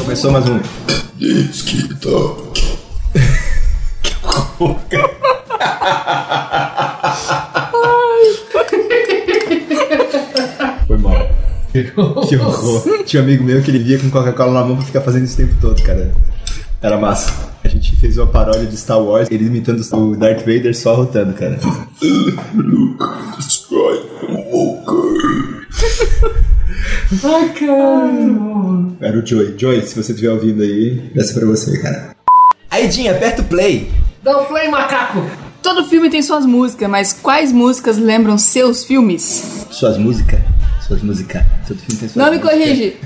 Começou mais um. Diz que toque. Foi mal. Que horror. Tinha um amigo meu que ele via com Coca-Cola na mão pra ficar fazendo isso o tempo todo, cara. Era massa. A gente fez uma paródia de Star Wars, ele imitando o Darth Vader só rotando, cara. Destrói o Walker. Era o Joey. Joey, se você estiver ouvindo aí, essa é pra você, cara. Aí, Dinha, aperta o play. Dá um play, macaco! Todo filme tem suas músicas, mas quais músicas lembram seus filmes? Suas músicas. Suas músicas. Todo filme tem suas Não me músicas. corrige.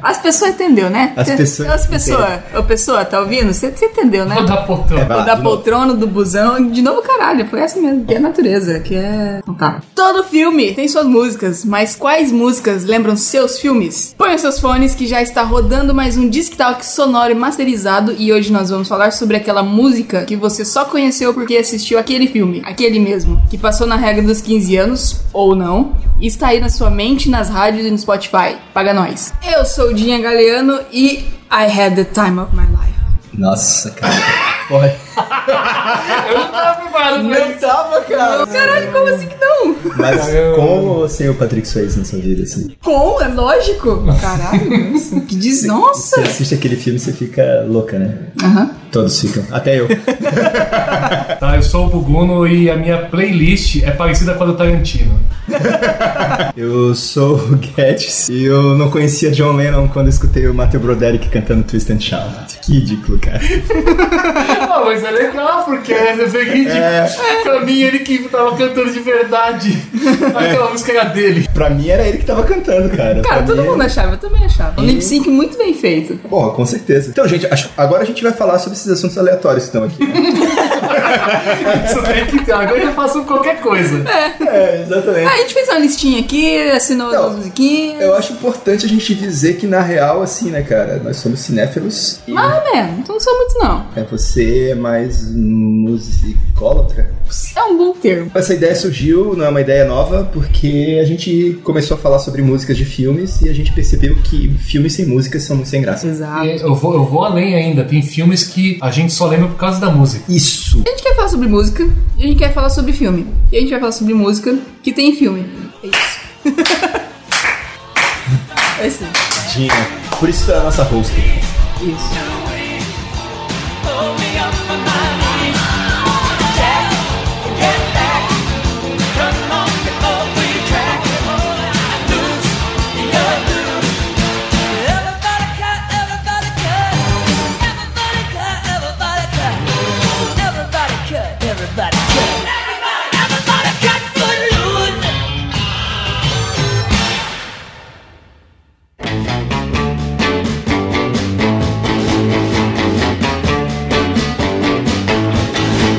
As pessoas entendeu, né? As pessoas As pessoas. Ô, pessoa, tá ouvindo? Você você entendeu, né? Vou É, dar portão. vai lá, O da de novo. poltrona, do busão, de novo, caralho, foi essa mesmo, que é a natureza, que é. Então tá. Todo filme tem suas músicas, mas quais músicas lembram seus filmes? Põe os seus fones que já está rodando mais um Disc Talk sonoro e masterizado e hoje nós vamos falar sobre aquela música que você só conheceu porque assistiu aquele filme, aquele mesmo, que passou na regra dos 15 anos, ou não, e está aí na sua mente, nas rádios e no Spotify. Paga nós. Eu sou Dinha Galeano e I had the time of my life. Nossa, cara. Porra. Eu não tava preparado pra isso. tava, cara. Caralho, como assim que não? Mas Eu- com ou sem o Patrick Swayze na sua vida, assim? Com, é lógico. Caralho, nossa, que diz. Nossa! Você assiste aquele filme e você fica louca, né? Aham. Todos ficam. Até eu. Tá, eu sou o Buguno e a minha playlist é parecida com a do Tarantino. Eu sou o Guedes e eu não conhecia John Lennon quando eu escutei o Matthew Broderick cantando Twist and Shout. Que ridículo, cara. Ah, mas é legal, porque é o seguinte, pra mim é ele que tava cantando de verdade. Aquela música era dele. Pra mim era ele que tava cantando, cara. Pra Cara, todo mim, mundo é- achava, eu também achava. Um E- lip sync muito bem feito. Porra, com certeza. Então, gente, acho- agora a gente vai falar sobre esses assuntos aleatórios que estão aqui. Isso tem que ter. Agora eu já faço qualquer coisa. é, exatamente. Ah, a gente fez uma listinha aqui, assinou Não, as musiquinhas. Então, Eu acho importante a gente dizer que, na real, assim, né, cara, nós somos cinéfilos e Ah, man, então não sou muito não. é você é mais musicólatra. É um bom termo. Essa ideia surgiu, não é uma ideia nova, porque a gente começou a falar sobre músicas de filmes e a gente percebeu que filmes sem músicas são muito sem graça. Exato. E É. Eu vou, eu vou além ainda. Tem filmes que a gente só lembra por causa da música. Isso! A gente quer falar sobre música, e a gente quer falar sobre filme. E a gente vai falar sobre música que tem filme. É isso. é isso. Dinha. Por isso tu é a nossa host. Isso. Everybody cut. Everybody, everybody cut for losing.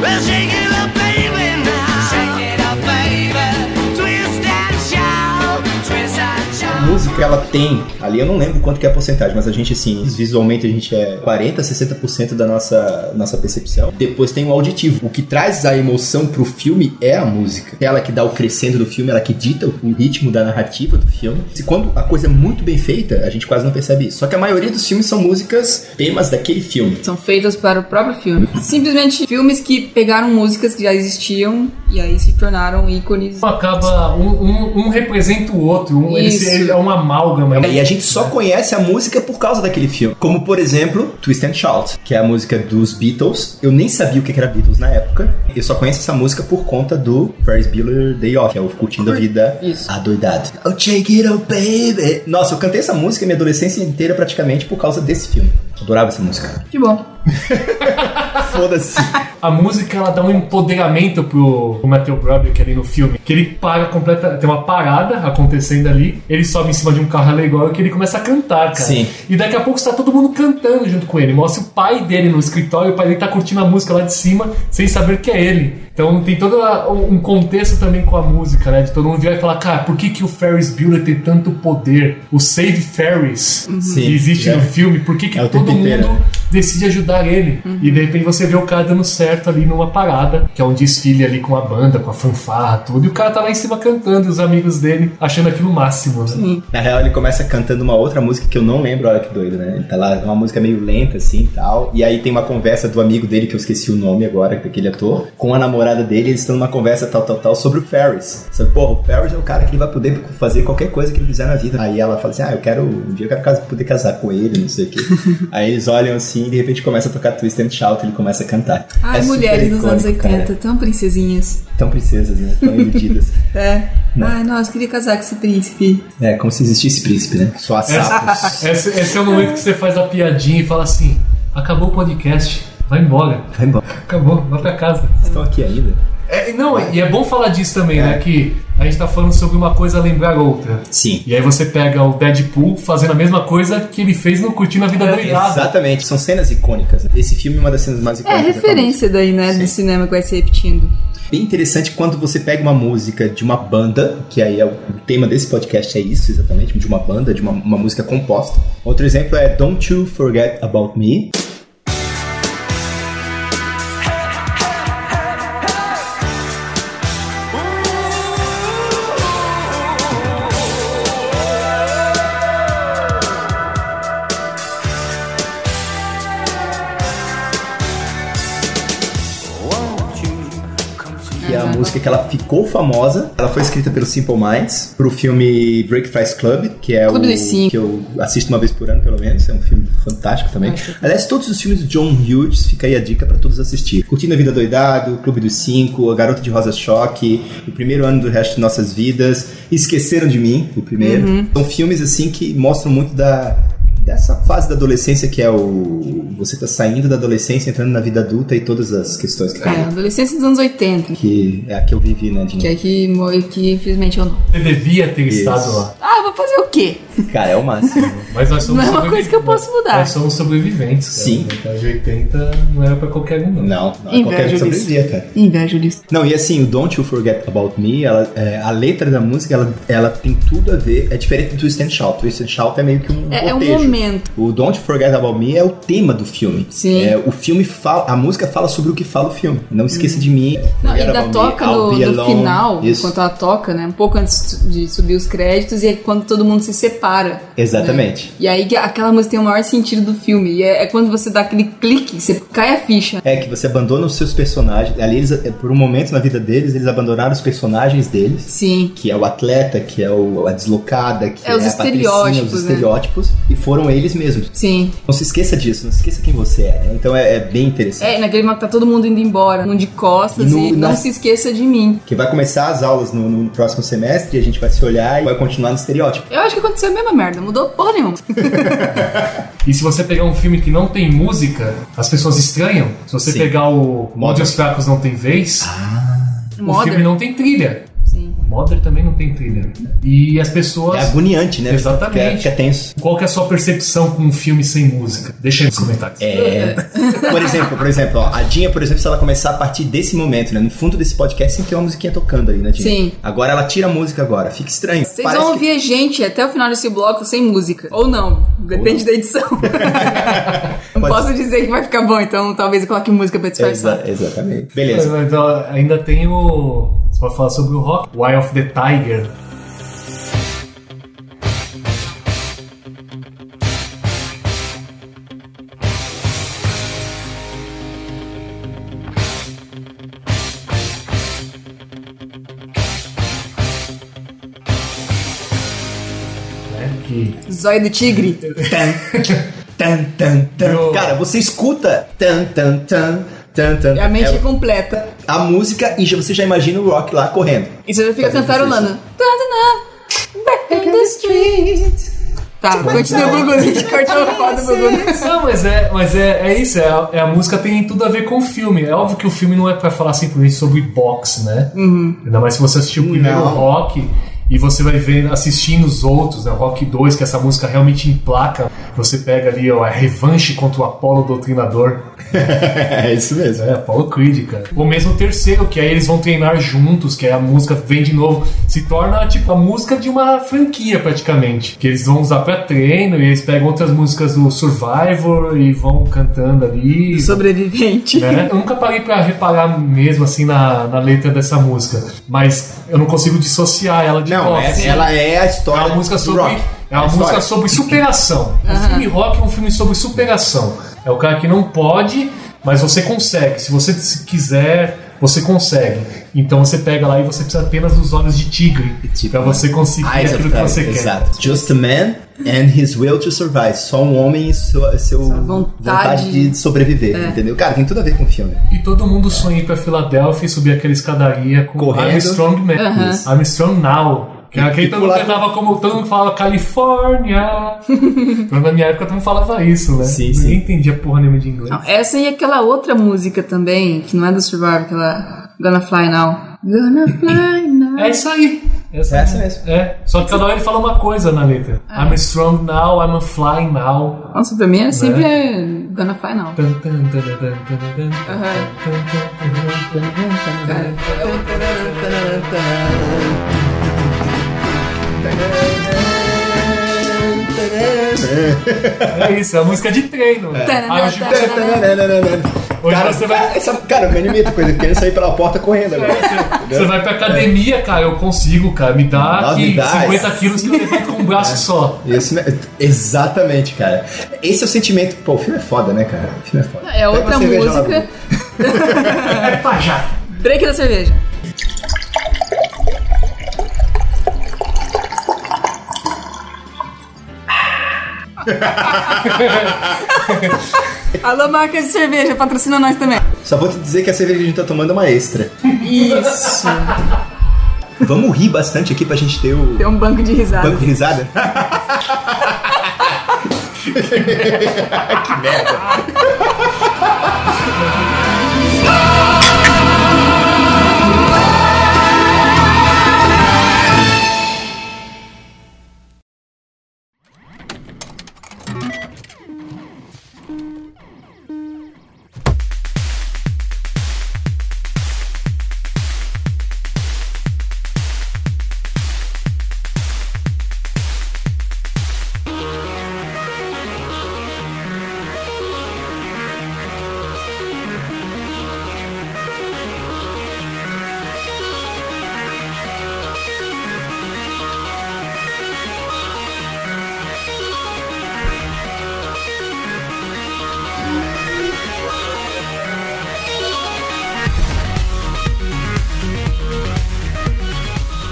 Well, shake it up, baby, now. Shake it up, baby. Twist and shout, twist and A shout. música, ela tem, ali eu não lembro quanto que é a porcentagem, mas a gente, assim, visualmente a gente é 40%, 60% da nossa, nossa percepção. Depois tem o auditivo. O que traz a emoção pro filme é a música. Ela que dá o crescendo do filme, ela que dita o o ritmo da narrativa do filme. E quando a coisa é muito bem feita, a gente quase não percebe isso. Só que a maioria dos filmes são músicas, temas daquele filme. São feitas para o próprio filme. Simplesmente filmes que pegaram músicas que já existiam e aí se tornaram ícones. Acaba, um, um- um representa o outro. Um, ele, se- Isso. ele é uma amálgama. E a gente só conhece a música por causa daquele filme. Como, por exemplo, Twist and Shout, que é a música dos Beatles. Eu nem sabia o que era Beatles na época. Eu só conheço essa música por conta do Ferris Bueller Day Off, que é o Curtindo a Vida Isso. Adoidado. Oh, take it up, baby. Nossa, eu cantei essa música minha adolescência inteira praticamente por causa desse filme. Adorava essa música. Que bom. Foda-se. A música ela dá um empoderamento pro, pro Matthew Broderick ali no filme. Que ele para completa. Tem uma parada acontecendo ali. Ele sobe em cima de um carro alegórico e ele começa a cantar, cara. Sim. E daqui a pouco está todo mundo cantando junto com ele. Mostra o pai dele no escritório. O pai dele tá curtindo a música lá de cima, sem saber que é ele. Então tem todo a- um contexto também com a música, né? De todo mundo virar e falar, cara, por que, que o Ferris Bueller tem tanto poder? O Save Ferris Sim, que existe é. no filme, por que, que É o todo tempo inteiro, mundo decide ajudar ele? E de repente você vê o cara dando certo ali numa parada, que é um desfile ali com a banda, com a fanfarra, tudo, e o cara tá lá em cima cantando, e os amigos dele achando aquilo o máximo, né? Na real, ele começa cantando uma outra música que eu não lembro, olha que doido, né? Ele tá lá, é uma música meio lenta assim e tal. E aí tem uma conversa do amigo dele, que eu esqueci o nome agora, daquele ator, com a namorada dele. Eles estão numa conversa tal, tal, tal, sobre o Ferris. Sabe, porra, o Ferris é o cara que ele vai poder fazer qualquer coisa que ele quiser na vida. Aí ela fala assim: ah, eu quero, um dia eu quero cas- poder casar com ele, não sei o quê. aí eles olham assim e de repente começa a tocar Twist and Shout, ele começa a cantar. É Ai, super mulheres dos anos icônico, 80, cara. tão princesinhas. Tão princesas, né? Tão iludidas. É. Não. Ai, nossa, queria casar com esse príncipe. é, como se existisse príncipe, né? Só há sapos. Esse, esse é o momento que você faz a piadinha e fala assim: acabou o podcast, vai embora. Vai embora. Acabou, vai pra casa. Estão aqui ainda. É, não, e é bom falar disso também, né? Que a gente tá falando sobre uma coisa lembrar outra. Sim. E aí você pega o Deadpool fazendo a mesma coisa que ele fez no Curtindo a Vida Doidada. Exatamente, são cenas icônicas. né? Esse filme é uma das cenas mais É, icônicas. da referência daí, né, Sim. do cinema que vai se repetindo. música. Bem interessante quando você pega uma música de uma banda, que aí é o o tema desse podcast é isso exatamente, de uma banda, de uma, uma música composta. Outro exemplo é Don't You Forget About Me. Que é a música que ela ficou famosa. Ela foi escrita pelo Simple Minds pro filme Breakfast Club, que é Clube o dos Cinco. que eu assisto uma vez por ano, pelo menos. É um filme fantástico também. Aliás, todos os filmes do John Hughes, fica aí a dica pra todos assistir. Curtindo a Vida Doidado, Clube dos Cinco, A Garota de Rosa Choque, O Primeiro Ano do Resto de Nossas Vidas, Esqueceram de Mim, o primeiro. Uhum. São filmes, assim, que mostram muito da, dessa fase da adolescência que é o você tá saindo da adolescência entrando na vida adulta e todas as questões que É, adolescência dos anos 80. que é a que eu vivi né de Que é que, mo- que infelizmente eu não. Você devia ter Isso. estado lá. Ah, eu vou fazer o quê? cara é o máximo Mas nós Não somos é uma sobrevi- coisa que eu posso mudar. Nós somos sobreviventes. cara. Sim. Na década de 80 não era pra qualquer um, não. não não é Inveja qualquer um que disso. sobreviver cara Inveja disso. não e assim o Don't You Forget About Me ela, é, a letra da música ela, ela tem tudo a ver é diferente do Twist and Shout Twist and Shout é meio que um É, é um cortejo. momento. O Don't Forget About Me é o tema do filme. Sim. É, o filme fala, a música fala sobre o que fala o filme. Não esqueça de mim. Não, Forget ainda About Me, toca I'll no, Be no Alone. final, Isso. enquanto ela toca, né? Um pouco antes de subir os créditos e é quando todo mundo se separa. Exatamente. E aí que aquela música tem o maior sentido do filme. E é, é quando você dá aquele clique, você cai a ficha. É, que você abandona os seus personagens. Ali, eles, é, por um momento na vida deles, eles abandonaram os personagens deles. Sim. Que é o atleta, que é o, a deslocada, que É, é, os a patricinha, estereótipos, os né? estereótipos. E foram eles mesmos. Sim. Não se esqueça disso, não se esqueça quem você é. né? Então é, é bem interessante. É, naquele momento que tá todo mundo indo embora, um de costas No- e não na- se esqueça de mim. Que vai começar as aulas no, no próximo semestre e a gente vai se olhar e vai continuar no estereótipo. Eu acho que aconteceu a mesma merda, mudou porra nenhuma. E se você pegar um filme que não tem música, as pessoas estranham. Se você Sim. Ah. pegar o Onde os Fracos Não Tem Vez, o Modern. filme não tem trilha. Sim. Mother também não tem trilha. E as pessoas. É agoniante, né? Exatamente. Fica, fica tenso. Qual que é a sua percepção com um filme sem música? Deixa aí nos comentários. É. Por exemplo, por exemplo, ó, a Dinha, por exemplo, se ela começar a partir desse momento, né? No fundo desse podcast, sempre tem uma musiquinha tocando ali, né, Dinha? Sim. Agora ela tira a música agora. Fica estranho. Vocês Parece vão que- ouvir a gente até o final desse bloco sem música. Ou não. Depende da edição. não Pode posso dizer que vai ficar bom, então talvez eu coloque música pra disfarçar. Exa- exatamente. Mas, Beleza. mas, ó, ainda tem o. Você pode falar sobre o rock? Why of the Tiger. Né, que- Zóio do Tigre. Tan, tan, tan. Eu- Cara, você escuta tan, tan, tan, tan, tan. A mente É completa. a música e já- você já imagina o rock lá correndo. E você já fica Fazendo cantarolando. Back in the street. Tá, continua o bagulho, a gente cortou o foda do bagulho. Não, mas é, mas é, é isso, é, a- é a música tem tudo a ver com o filme. É óbvio que o filme não é pra falar simplesmente sobre boxe, né? Ainda mais se você assistiu o primeiro Não. rock. E você vai ver assistindo os outros, né? o Rock 2, que essa música realmente emplaca. Você pega ali ó, a revanche contra o Apolo Doutrinador. é isso mesmo. É, Apollo Creed, cara. Ou mesmo o terceiro, que aí eles vão treinar juntos, que aí a música vem de novo. Se torna, tipo, a música de uma franquia, praticamente. Que eles vão usar pra treino e eles pegam outras músicas do Survivor e vão cantando ali. Sobrevivente. né? Eu nunca parei pra reparar mesmo, assim, na, na letra dessa música. Mas eu não consigo dissociar ela de Não, rock. é- ela é a É história uma música do sobre. rock. É uma A música história. sobre superação. O filme rock é um filme sobre superação. É o cara que não pode, mas você consegue. Se você se quiser, você consegue. Então você pega lá e você precisa apenas dos olhos de tigre pra você né? conseguir Eyes of aquilo que Tiger, você quer. é exato. Just a man and his will to survive. Só um homem e sua, seu Sua vontade. vontade. de sobreviver, É. entendeu? Cara, tem tudo a ver com o filme. E todo mundo sonha ir pra Filadélfia e subir aquela escadaria com Correndo. Armstrong Man. Aham. Armstrong Now. Que era aquele E todo mundo pular- cantava como todo mundo falava Califórnia. Mas na minha época todo mundo falava isso, né? Sim, Ninguém sim. entendia porra nenhuma de inglês. Não, essa e aquela outra música também, que não é do Survivor, aquela Gonna Fly Now. Gonna Fly Now. É isso aí. Essa, É essa mesmo. É. Só que cada hora ele fala uma coisa na letra. I'm strong now, I'm a fly now. Nossa, pra mim é sempre Gonna Fly Now. Tan, tan, tan, tan, tan, tan, tan. Aham. É isso, é a música de treino. Ah, Aí hoje- É. Hoje Cara, você vai- É, essa, cara, eu me animei com ele, querendo sair pela porta correndo agora. Você vai pra academia, cara, eu consigo, cara. Me dá Dá, aqui É. me dá. É. 50 quilos que eu levanto com um braço só. Isso, né? Exatamente, cara. Esse é o sentimento. Pô, o filme é foda, né, cara? O filme é foda. É outra música. É pra já. Break da cerveja. Alô, marca de cerveja, patrocina nós também. Só vou te dizer que a cerveja que a gente tá tomando é uma extra. Isso. Vamos rir bastante aqui pra gente ter o Tem um banco de risada. banco de risada.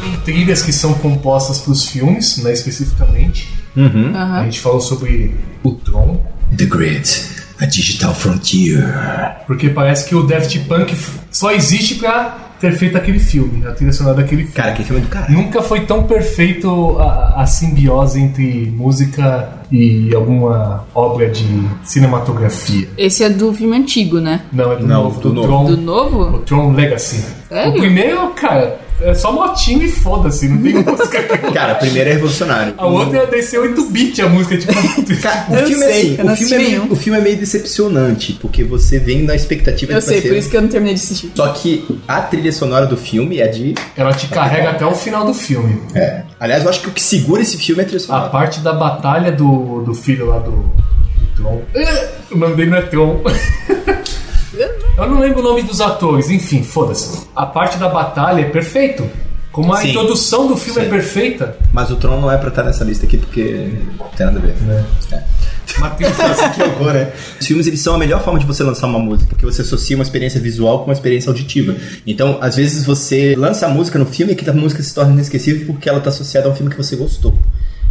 Tem trilhas que são compostas pros filmes, né, especificamente. Uhum. A gente falou sobre o Tron, The Grid, a Digital Frontier. Porque parece que o Daft Punk f- só existe pra ter feito aquele filme, né, a trilha sonora daquele filme. Cara, que filme do caralho. Nunca foi tão perfeito a, a simbiose entre música e alguma obra de cinematografia. Esse é do filme antigo, né? Não, é do Não, novo, do, do novo. Tron. Do novo? O Tron Legacy. Sério? O primeiro, cara, é só motinho e foda-se, não tem música. Cara, primeiro é revolucionário. A outra é descer 8-bit a música, tipo. Cara, o Eu filme, sei, eu é, não assim, o, filme é assisti meio, nenhum. o filme é meio decepcionante, porque você vem na expectativa Eu de pra sei, ser- por isso que eu não terminei de assistir. Só que a trilha sonora do filme é de. Ela te carrega até o final do filme. É. Aliás, eu acho que o que segura esse filme é a trilha A sonora. parte da batalha do, do filho lá do, do Tron. O nome dele não é Tron. Eu não lembro o nome dos atores, enfim, foda-se. A parte da batalha é perfeito. Como a Sim. introdução do filme é Sim. perfeita. Mas o Tron não é pra estar nessa lista aqui, porque não tem nada a ver. Mas tem- Né? que horror, né? Os filmes eles são a melhor forma de você lançar uma música, porque você associa uma experiência visual com uma experiência auditiva. Então, às vezes você lança a música no filme e que a música se torna inesquecível porque ela está associada a um filme que você gostou.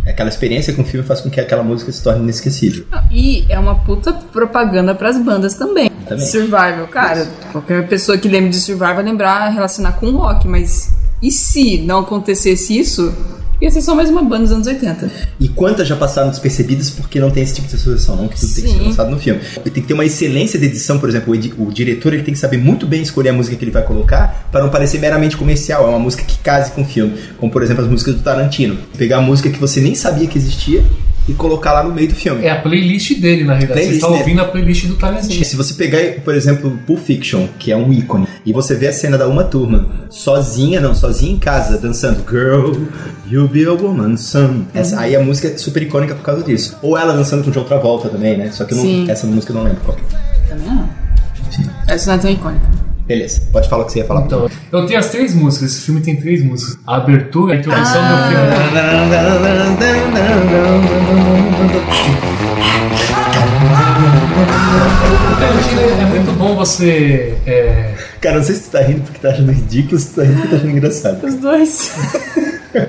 Aquela experiência com o filme faz com que aquela música se torne inesquecível. E é uma puta propaganda pras bandas também. Também. Survival, cara, qualquer pessoa que lembre de Survival vai lembrar, relacionar com rock, mas e se não acontecesse isso? Ia ser só mais uma banda dos anos 80. E quantas já passaram despercebidas porque não tem esse tipo de associação, não? Que tudo tem que ser Sim. lançado no filme. E tem que ter uma excelência de edição, por exemplo, o, edi- o diretor ele tem que saber muito bem escolher a música que ele vai colocar para não parecer meramente comercial. É uma música que case com o filme. Como, por exemplo, as músicas do Tarantino. Pegar a música que você nem sabia que existia e colocar lá no meio do filme. É a playlist dele, na realidade. Você Playlist está dele. ouvindo a playlist do Tarantino. Se você pegar, por exemplo, Pulp Fiction, que é um ícone, e você vê a cena da Uma Turma sozinha, não, sozinha em casa, dançando Girl, You'll Be a Woman, Son. Uhum. Essa, aí a música é super icônica por causa disso. Ou ela dançando com o John Travolta também, né? Só que eu não- Sim. essa música eu não lembro qual. que é. Também não. Essa não é tão icônica. Beleza, pode falar o que você ia falar. Então, eu tenho as três músicas. Esse filme tem três músicas. A abertura, a introdução do filme. O Tarantino é muito bom você. é, Cara, não sei se tu tá rindo porque tá achando ridículo, se tu tá rindo porque tá achando engraçado. Os dois.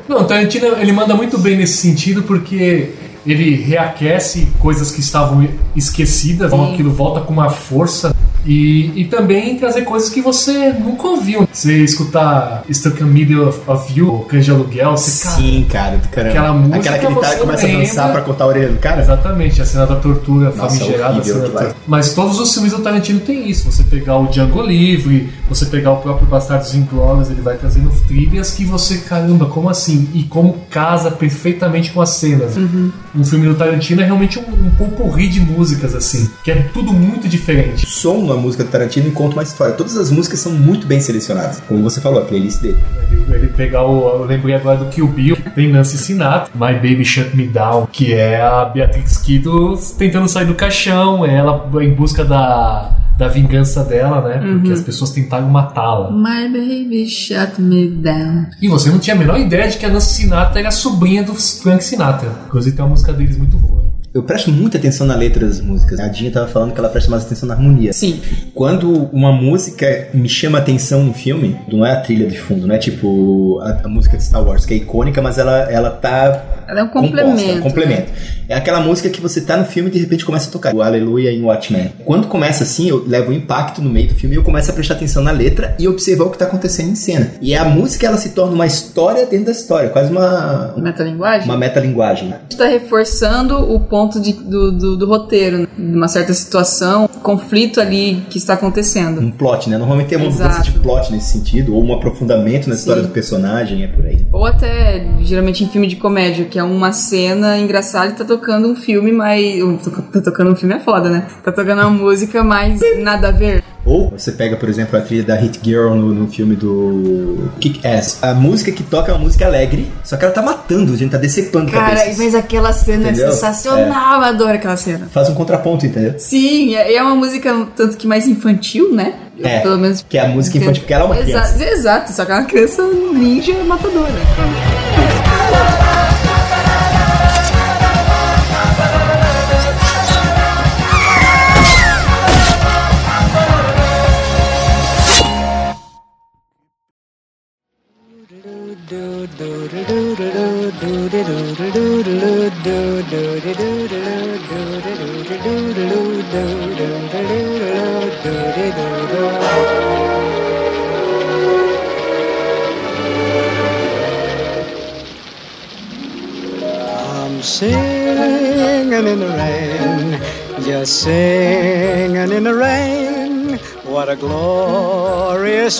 Não, o Tarantino ele manda muito bem nesse sentido porque ele reaquece coisas que estavam esquecidas, então aquilo volta com uma força. E, e também trazer coisas que você nunca ouviu. Você escutar Stuck in the Middle of, of You, ou Cães de Aluguel, você cara, Sim, cara, do caramba. Aquela música Aquela que ele tá você e começa a dançar lembra. pra cortar a orelha do cara. Exatamente, a cena da tortura Nossa, famigerada. a horrível cena da que vai. tortura. Mas todos os filmes do Tarantino tem isso. Você pegar o Django Livre, você pegar o próprio Bastardos Inglórios, ele vai trazendo trilhas que você, caramba, como assim? E como casa perfeitamente com as cenas. Um filme do Tarantino é realmente um, um popurri de músicas, assim, que é tudo muito diferente. som numa música do Tarantino e conta uma história. Todas as músicas são muito bem selecionadas. Como você falou, a playlist dele. Ele, ele pegar o. Eu lembrei agora do Kill Bill, tem Nancy Sinatra, My Baby Shut Me Down, que é a Beatrix Kiddo tentando sair do caixão, é ela em busca da, da vingança dela, né? Porque Uhum. as pessoas tentaram matá-la. My baby shut me down. E você não tinha a menor ideia de que a Nancy Sinatra era a sobrinha do Frank Sinatra. Inclusive tem uma música deles muito boa. Eu presto muita atenção na letra das músicas. A Dinha tava falando que ela presta mais atenção na harmonia. Sim. Quando uma música me chama atenção no filme, não é a trilha de fundo, não é tipo a, a música de Star Wars, que é icônica, mas ela, ela tá. Ela é um composta, complemento, é um complemento. É aquela música que você tá no filme e de repente começa a tocar. O Aleluia em Watchmen. Quando começa assim, eu levo um impacto no meio do filme e eu começo a prestar atenção na letra e observar o que tá acontecendo em cena. E é a música ela se torna uma história dentro da história, quase uma, Metalinguagem? uma metalinguagem. né? gente tá reforçando o ponto de- do, do, do roteiro, né? de uma certa situação, conflito ali que está acontecendo. um plot, né? Normalmente tem uma mudança Exato. de plot nesse sentido, ou um aprofundamento na história Sim. do personagem, é por aí. Ou até, geralmente em filme de comédia, que é uma cena engraçada e tá tocando um filme mais. um, to- Tá tocando um filme é foda, né? Tá tocando uma música mais nada a ver. Ou você pega, por exemplo, a trilha da Hit Girl no, no filme do Kick Ass. A música que toca é uma música alegre, só que ela tá matando, a gente tá decepando Cara, cabeças. mas aquela cena Entendeu? é sensacional, eu adoro aquela cena. Faz um contraponto, entendeu? Sim, é é uma música tanto que mais infantil, né? Eu, É, Pelo menos. que é a música infantil, porque ela é uma Exa- criança. Exato, só que é uma criança ninja matadora. I'm singing in the rain, just singing in the rain. What a glorious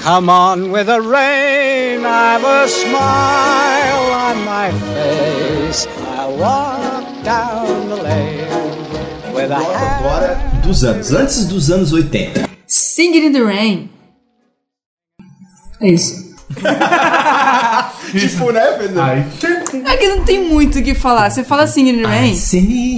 Come on with the rain, I've a smile on my face. I walk down the lane with a Agora, dos anos. Antes dos anos 80. Singing in the Rain. É isso. tipo, né, Pedro? Aí, É Ah, que não tem muito o que falar. Você fala Singing in the Rain,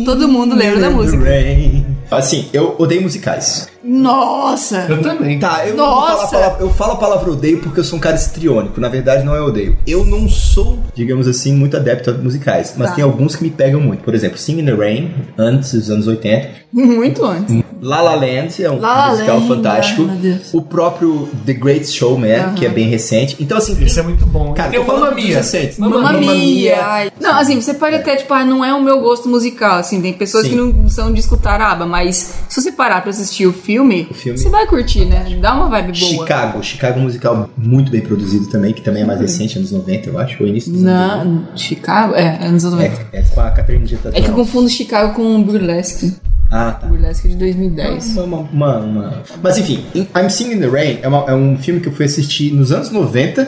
todo mundo lembra da música. Rain. Assim, eu odeio musicais. Nossa! Eu também. Tá, eu não vou falar Nossa! pala- eu falo a palavra odeio porque eu sou um cara estriônico. Na verdade, não é odeio. Eu não sou, digamos assim, muito adepto a musicais, mas Tá. tem alguns que me pegam muito. Por exemplo, Sing in the Rain, antes dos anos 80. Muito antes. La La Land é um La La Hum, musical Land, né? fantástico. ai, meu Deus. O próprio The Great Showman, que é bem recente. Então, assim, tem- Esse é muito bom. Cara, tem tô o falando Mamma dos Mia. recentes. Mamma Mamma Mamma Mia. Mia. ai. Não, assim, você pode até, tipo, ah, não é o meu gosto musical, assim, tem pessoas Sim. que não são de escutar aba, mas se você parar pra assistir o filme, filme- você vai curtir, né? Dá uma vibe boa. Chicago, Chicago é um musical muito bem produzido também, que também é mais Uhum. recente, anos 90, eu acho, ou início dos anos 90. Na Chicago? É, anos 90. É, é com a Catherine Zeta É. que eu confundo Chicago com Burlesque. Ah, tá. Burlesque de 2010. Uma, uma, uma- Mas enfim, em- I'm Singing in the Rain é, uma- é um filme que eu fui assistir nos anos 90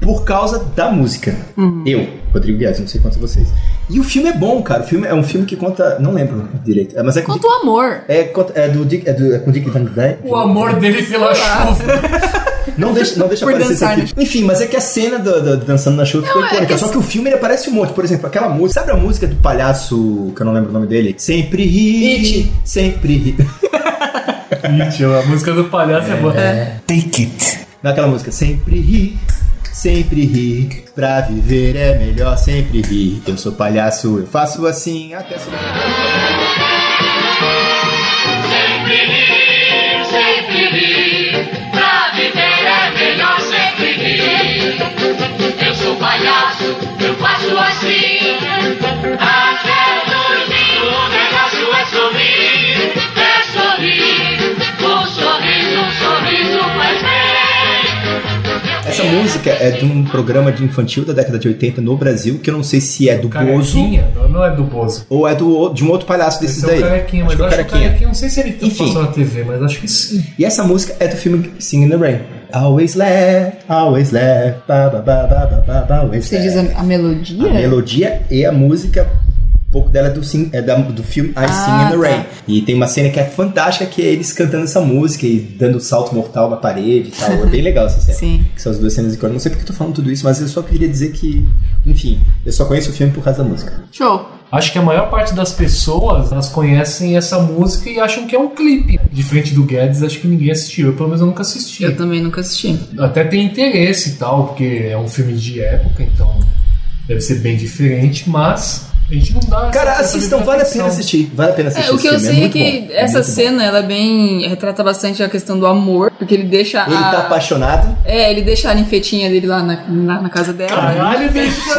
por causa da música. Uhum. Eu, Rodrigo Guedes, não sei quanto vocês. E o filme é bom, cara. O filme é um filme que conta. Não lembro direito. é- Mas é com. Quanto ao amor. É, conta- é do Dick. É, do, é com Dick Van Dyke. O amor dele Ah. pela chuva. Não deixa, não deixa Por aparecer dançar, né? isso aqui. Enfim, mas é que a cena do, do- do dançando na chuva ficou é icônica. que Só esse- que o filme ele aparece um monte. Por exemplo, aquela música. Sabe a música do palhaço, que eu não lembro o nome dele? Sempre ri. It. Sempre ri. Gente, a música do palhaço é, boa. Naquela música, sempre ri, sempre ri, pra viver é melhor sempre ri. Eu sou palhaço, eu faço assim até sou. Sempre ri, pra viver é melhor sempre rir. Eu sou palhaço, eu faço assim. Até dormir, o negócio é sorrir. É sorrir, o sorriso, o sorriso faz bem. Essa música é de um programa de infantil da década de 80 no Brasil, que eu não sei se é do Bozo Carequinha? Não, não é do Bozo. ou é do, o- de um outro palhaço desses Esse é o daí. carequinha, mas Acho que eu é o acho que o carequinha. Não sei se ele Enfim. passou na TV, mas acho que sim. E essa música é do filme Sing in the Rain. Always laugh, always laugh, ba ba ba ba ba ba ba, always Você laugh. diz a, a melodia? A melodia e a música, um pouco dela é do, sim- é da- do filme I Ah, Sing in the Rain. tá. E tem uma cena que é fantástica, que é eles cantando essa música e dando salto mortal na parede e tal. É bem legal essa cena. Sim. Que são as duas cenas icônicas. Não sei porque eu tô falando tudo isso, mas eu só queria dizer que, enfim, eu só conheço o filme por causa da música. Show. Acho que a maior parte das pessoas, elas conhecem essa música e acham que é um clipe. De frente do Guedes, acho que ninguém assistiu. Eu, pelo menos, eu nunca assisti. Eu também nunca assisti. até tem interesse e tal, porque é um filme de época, então deve ser bem diferente, mas a gente não dá. essa Cara, tanta assistam, muita vale a atenção. pena assistir. Vale a pena assistir. É, o que eu esse filme, sei é muito que bom, é essa muito bom. cena, ela bem. retrata bastante a questão do amor, porque ele deixa Ele a. tá apaixonado. É, ele deixa a ninfetinha dele lá na, na, na casa dela. Caralho, deixa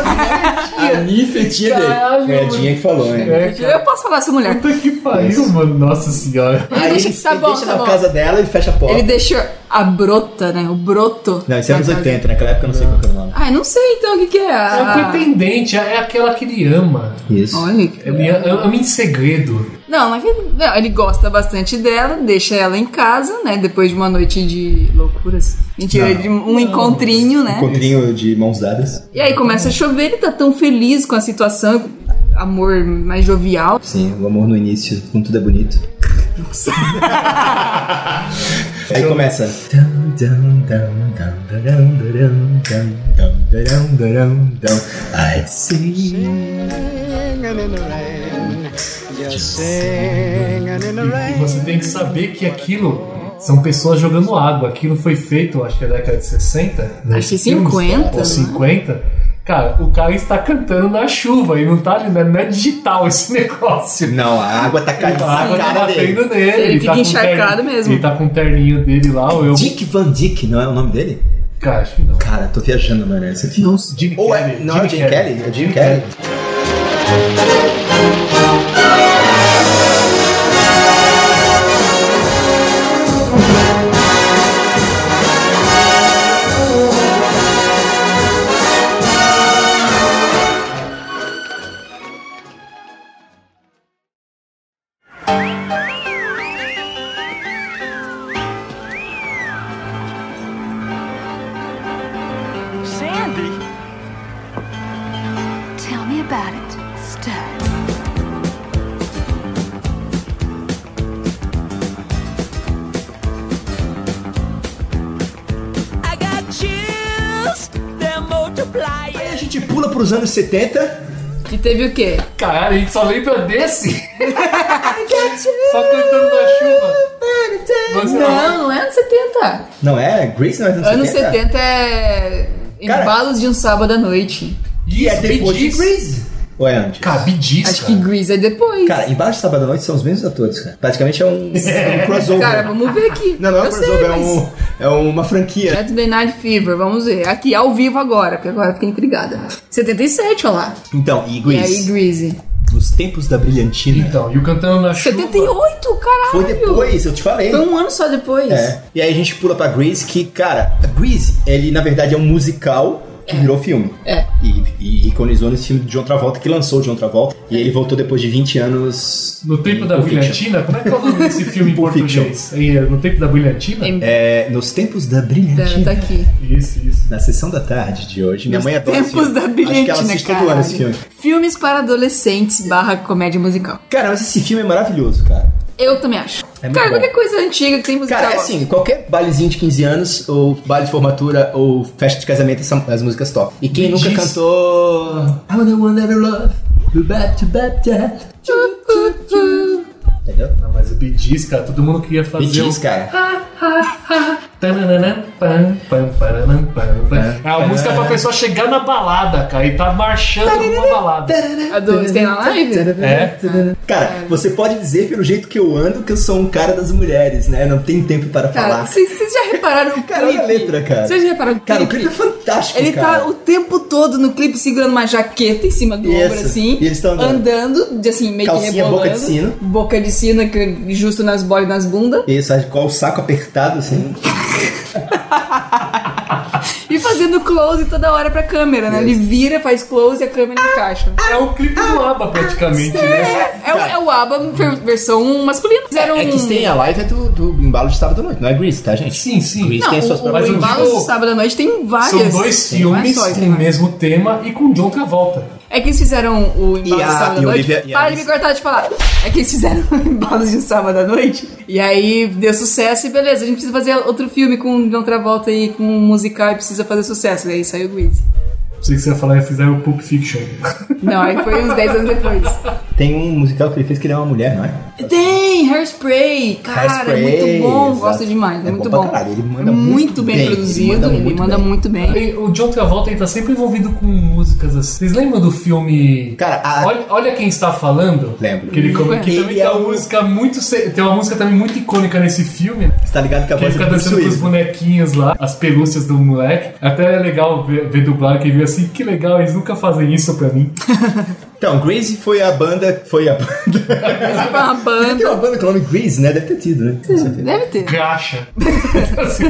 A é ninfetinha Caralho, dele. Foi a mano. Dinha que falou, hein? É, cara. Eu posso falar essa mulher. Puta que pariu, mano. Nossa senhora. Ele deixa- ele, tá ele bom, deixa tá na bom. casa dela e fecha a porta. Ele deixou a brota, né? O broto. Não, isso é na anos casa- 80, naquela época eu não sei qual que era o nome. Ah, eu não sei então o que, que é. É o Ah. A... pretendente, é aquela que ele ama. Isso. Olha. que- É Ele ama ama em segredo. Não, mas ele, não, ele gosta bastante dela, deixa ela em casa, né? Depois de uma noite de loucuras. Mentira, Não. de um encontrinho, né? Encontrinho de mãos dadas. E aí começa a chover, ele tá tão feliz com a situação, amor mais jovial. Sim, o amor no início, como tudo é bonito. Aí começa. I see. Singing in the rain, just singing in the E, e você rain. tem que saber que aquilo são pessoas jogando água. Aquilo foi feito, acho que na década de 60. né, Acho que esses filmes, 50, né? Ou 50. Cara, o cara está cantando na chuva e não tá ali, né? não é digital esse negócio. Não, a água tá caindo A água na tá cara dele. batendo nele. Ele fica tá com encharcado terninho- mesmo. Ele tá com o terninho dele lá, ou eu. Dick Van Dyke, não é o nome dele? Cara, acho que não. Cara, tô viajando, mano. Esse filme. Jimmy Ou é, Kelly, não é o Jim Kelly? É o Jim Kelly? Sandy. Tell me about it, Stud. I got chills, they're multiplying. A gente pula pros anos 70. E teve o quê? Caralho, a gente só lembra desse. só cantando na chuva. Você Não, não é anos 70. Não é? Grace não é dos Anos 70? 70 é. Cara- Embalos de um sábado à noite. E é depois de Bee Gees. Grease? Ou é antes? Cara, Bee Gees, Acho que cara. Grease é depois. Cara, embaixo de Sábado à Noite são os mesmos atores, cara. Praticamente é um, é um crossover. Cara, vamos ver aqui. Não, não é um Eu sei, crossover, é, mas- um, é uma franquia. Saturday Night Fever, vamos ver. Aqui, ao vivo agora, porque agora eu fiquei intrigada. 77, olha lá. Então, e E aí, Grease? Greasy. Nos tempos da brilhantina. Então, e o Cantando na Chuva. um, 78, caralho. Foi depois, eu te falei. Foi um ano só depois. É. E aí a gente pula pra Grease, que, cara, a Grease, ele na verdade é um musical que virou filme. É. E, e iconizou nesse filme de John Travolta, que lançou o John Travolta. E ele voltou depois de 20 anos. No Tempo da Pulp Fiction. Brilhantina? Como é que é o nome desse filme em Pulp Fiction. português? Em- No Tempo da Brilhantina? Em- É, nos tempos da Tá, brilhantina. tá aqui. Isso, isso. Na sessão da tarde de hoje, minha mãe adora. esse Tempos filme. da Acho que Brilhantina, ela assiste caralho. todo ano esse filme. Filmes para adolescentes barra comédia musical. Cara, mas esse filme é maravilhoso, cara. Eu também acho. É muito cara, bom. qualquer coisa antiga que tem musical. Cara, é ó. assim, qualquer bailezinho de 15 anos, ou baile de formatura, ou festa de casamento, são as músicas top. E quem Me nunca diz. cantou. I'm the one that I love. You bet, you bet, yeah. Tchu, tchu, tchu. Entendeu? Não, mas o Bee Gees, cara, todo mundo queria fazer Me diz, um... cara. Tananana, pam, pam, paranam, pam, pam. É a música pra pessoa chegar na balada, cara, e tá marchando numa balada. A do- tem na live? É. Cara, você pode dizer pelo jeito que eu ando que eu sou um cara das mulheres, né? Não tem tempo para Cara, falar. vocês vocês já repararam o Cara, olha clipe? a letra, cara. Vocês já repararam o Cara, o clipe? clipe é fantástico, Ele cara. tá o tempo todo no clipe segurando uma jaqueta em cima do Isso. ombro, assim. E eles tão andando. de, assim, meio que Calcinha, boca rebolando. de sino. Boca de sino, que- é justo nas bolas e nas bundas. Isso, sabe, com o saco apertado, assim. E fazendo close toda hora pra câmera, né? Ele vira, faz close e a câmera encaixa. É o clipe do ABBA, praticamente, né? É, o, é o ABBA ver- versão masculina. Fizeram É que um- tem a live é do, do embalo de sábado à noite, não é Grease, tá, gente? Sim, sim. Grease Não, tem as suas o, o próprias eu Embalos digo- do Sábado à Noite tem São várias. dois Tem filmes mais só, com tem o Uhum. mais. mesmo tema e com John Travolta. É que eles fizeram o Embalos E a- de Sábado à e Noite. Olivia- e a Para de Alice. me cortar de falar. É que eles fizeram o Embalos de Sábado à Noite. E aí deu sucesso e beleza. A gente precisa fazer outro filme com John Travolta e com um musical e precisa fazer sucesso. E aí saiu o Grease. Não sei o que você ia falar, fizeram o Pulp Fiction. Não, aí foi uns 10 anos depois. Tem um musical que ele fez que ele é uma mulher, não é? Tem Hairspray. Cara, Hairspray, é muito bom. exato. Gosto demais. É, É muito bom bom. pra caralho, ele manda É muito bem, bem, ele produzido. manda Ele muito manda bem. muito bem. E o John Travolta ele tá sempre envolvido com músicas assim. Vocês lembram do filme. Cara, a- olha, olha quem está falando? Lembro. Que ele come- que Ele também é tem uma o- música muito. se- Tem uma música também muito icônica nesse filme. né? Você tá ligado que a Que ele voz fica é dançando com os do bonequinhos lá, as pelúcias do moleque. Até é legal ver, ver dublado que ele viu assim, que legal, eles nunca fazem isso pra mim. Então, Grease foi a banda. Foi a banda. Essa foi uma Tem banda. uma banda com o nome Grease, né? Deve ter tido, né? Com certeza. Deve ter. Graxa. Assim,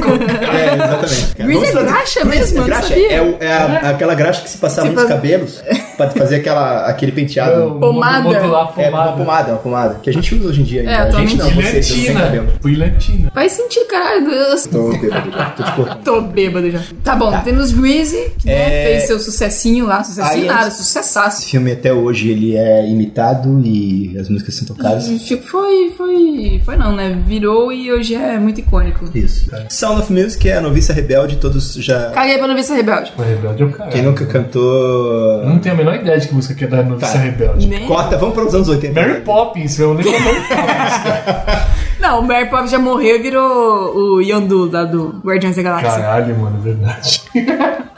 como graxa. É, exatamente. cara. Grease Vamos é trazer- graxa Grease mesmo? é Eu não graxa, sabia. Tipo É, o- é a- aquela graxa que se passava Se nos faz- cabelos pra fazer aquela, aquele penteado. Então, Pomada. Modular, É, uma pomada. pomada, uma pomada. Que a gente usa hoje em dia ainda. a gente É, atualmente. não, vocês não têm cabelo. Brilhantina. Brilhantina. Faz sentido, caralho. Eu Tô bêbado, já, tô te cortando. tô bêbado já. Tá bom, temos Greasy, que né, É. fez seu sucessinho lá. Aí, Sucessinho nada, antes- Esse sucessaço. filme até hoje ele é imitado e as músicas são tocadas. Tipo, foi, foi, foi não, né? Virou e hoje é muito icônico. Isso. Sound of Music é a noviça rebelde, todos já. Caguei pra noviça rebelde. Mas Rebelde é o caralho. Quem nunca Tá. cantou. Eu Não tenho a menor ideia de que música que é da Noviça Cara. Rebelde. Nem... Corta, vamos para os anos 80. Mary Poppins, eu lembro da Mary Poppins. Não, o Mary Poppins já morreu e virou o Yondu lá do Guardiões da Galáxia. Caralho, mano, é verdade.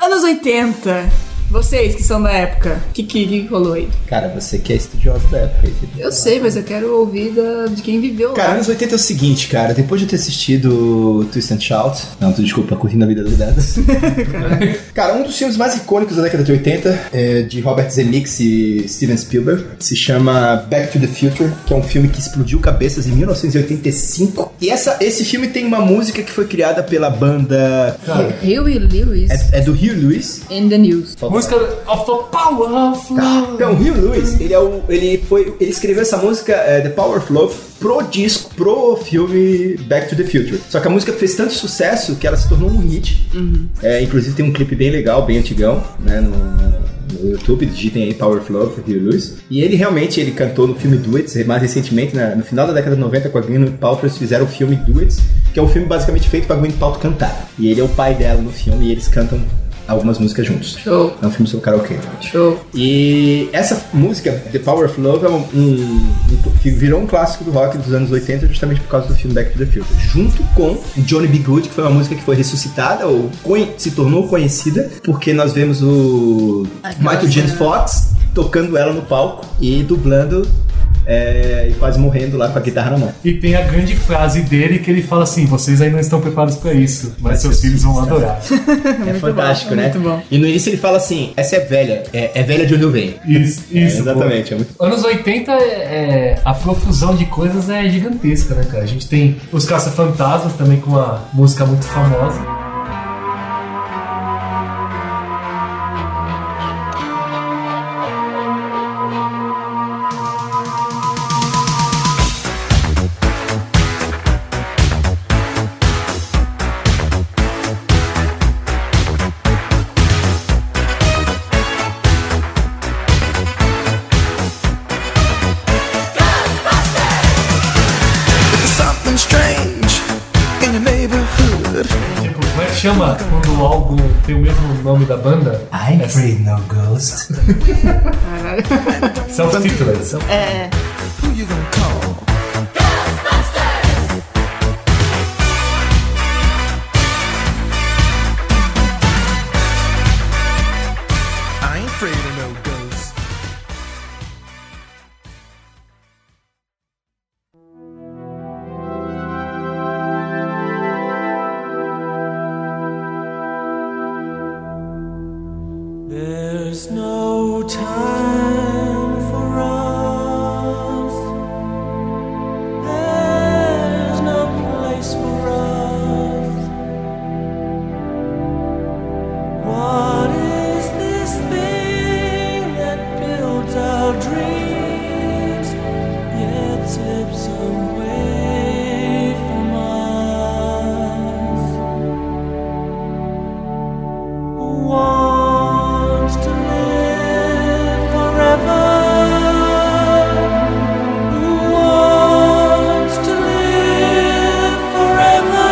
Anos 80. Vocês que são da época, o que, que, que rolou aí? Cara, você que é estudioso da época. entendeu? Eu sei, mas eu quero ouvir da- de quem viveu lá. Cara, anos 80 é o seguinte, cara. Depois de eu ter assistido Twist and Shout. Não, tu, desculpa, Curtindo a Vida Doidada. cara, um dos filmes mais icônicos da década de 80, é, de Robert Zemeckis e Steven Spielberg, se chama Back to the Future, que é um filme que explodiu cabeças em 1985. E essa, esse filme tem uma música que foi criada pela banda. Cara, Huey Lewis É, é do Rio Lewis. and the News. música of the Power of Love. Então, Rio Lewis, ele é o, ele foi, ele escreveu essa música é, The Power of Love pro disco, pro filme Back to the Future. Só que a música fez tanto sucesso que ela se tornou um hit. É, inclusive tem um clipe bem legal, bem antigão, né, no, no YouTube, digitem aí Power of Love, Rio Lewis. E ele realmente, ele cantou no filme Duets, mais recentemente, na- no final da década de 90, com a Gwyneth Paltrow, eles fizeram o filme Duets, que é um filme basicamente feito pra Gwyneth Paltrow cantar. E ele é o pai dela no filme e eles cantam algumas músicas juntos. Show. É um filme sobre karaokê, gente. Show. E essa música, The Power of Love, é um, um- um- que virou um clássico do rock dos anos 80 justamente por causa do filme Back to the Future. Junto com Johnny B. Good, que foi uma música que foi ressuscitada ou conhe- se tornou conhecida, porque nós vemos o Michael James Fox tocando ela no palco e dublando é, e quase morrendo lá com a guitarra na mão. E tem a grande frase dele que ele fala assim: vocês ainda não estão preparados pra isso, mas seus filhos vão adorar. É fantástico, bom, né? muito bom. E no início ele fala assim: essa é velha, é, é velha de onde eu venho. Isso, isso. É, exatamente, é muito pô. Anos 80, é, é- a profusão de coisas é gigantesca, né, cara? A gente tem os Caça-Fantasmas também com uma música muito famosa. Something strange in your neighborhood. Tipo, como é que chama quando o álbum tem o mesmo nome da banda? I'm Afraid No Ghost. Self-titular. Who you gonna call? Ghostbusters! I ain't afraid of no ghosts. There's no time for us. There's no place for us. What is this thing that builds our dreams yet slips away from us? wants to live forever. Who wants to live forever?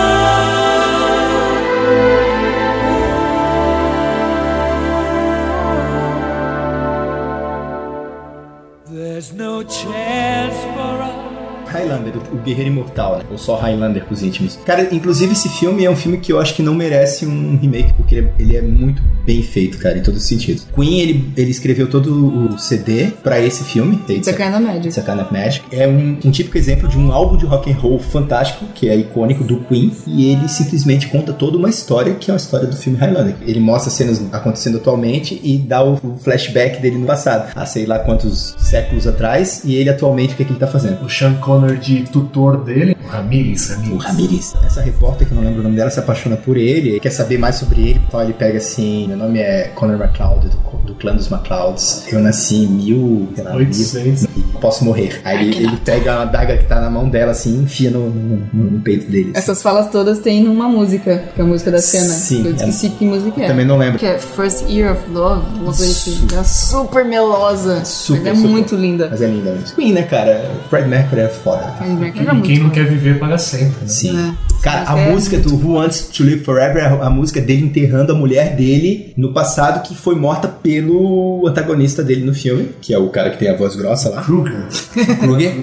There's no chance for us. Highlander, o Guerreiro Imortal, né? Ou só Highlander pros íntimos. Cara, inclusive esse filme é um filme que eu acho que não merece um remake, porque ele é, ele é muito bem feito, cara, em todos os sentidos. Queen, ele, ele escreveu todo o CD pra esse filme. It's a- Second Magic. It's a Kind of Magic. É um, um típico exemplo de um álbum de rock and roll fantástico, que é icônico do Queen, e ele simplesmente conta toda uma história que é uma história do filme Highlander. Ele mostra cenas acontecendo atualmente e dá o, o flashback dele no passado, há sei lá quantos séculos atrás, e ele atualmente o que, é que ele tá fazendo. O Sean Connor de tutor dele. O Ramirez, O Ramirez. Ramirez. Essa repórter, que eu não lembro o nome dela, se apaixona por ele, quer saber mais sobre ele. Então ele pega assim: Meu nome é Conor MacLeod, do, do clã dos MacLeods. Eu nasci em mil. sei lá, mil 800. e posso morrer. Aí ele, ele pega uma daga que tá na mão dela assim e enfia no, no- no- no peito dele. assim. Essas falas todas tem numa música, que é a música da cena. Sim, Eu é. esqueci que música é. Eu também não lembro. Que é First Year of Love, uma coisa assim. Super. É super melosa. Super, Mas é super. muito linda. Mas é linda mesmo. Queen, né, cara? Fred Mercury é foda. Freddie Mercury era E quem muito não bom. quer viver para sempre. Né? Sim. É. Cara, a Mas é música do Who Wants to Live Forever é a música dele enterrando a mulher dele no passado, que foi morta pelo antagonista dele no filme, que é o cara que tem a voz grossa lá. Kruger. Kruger,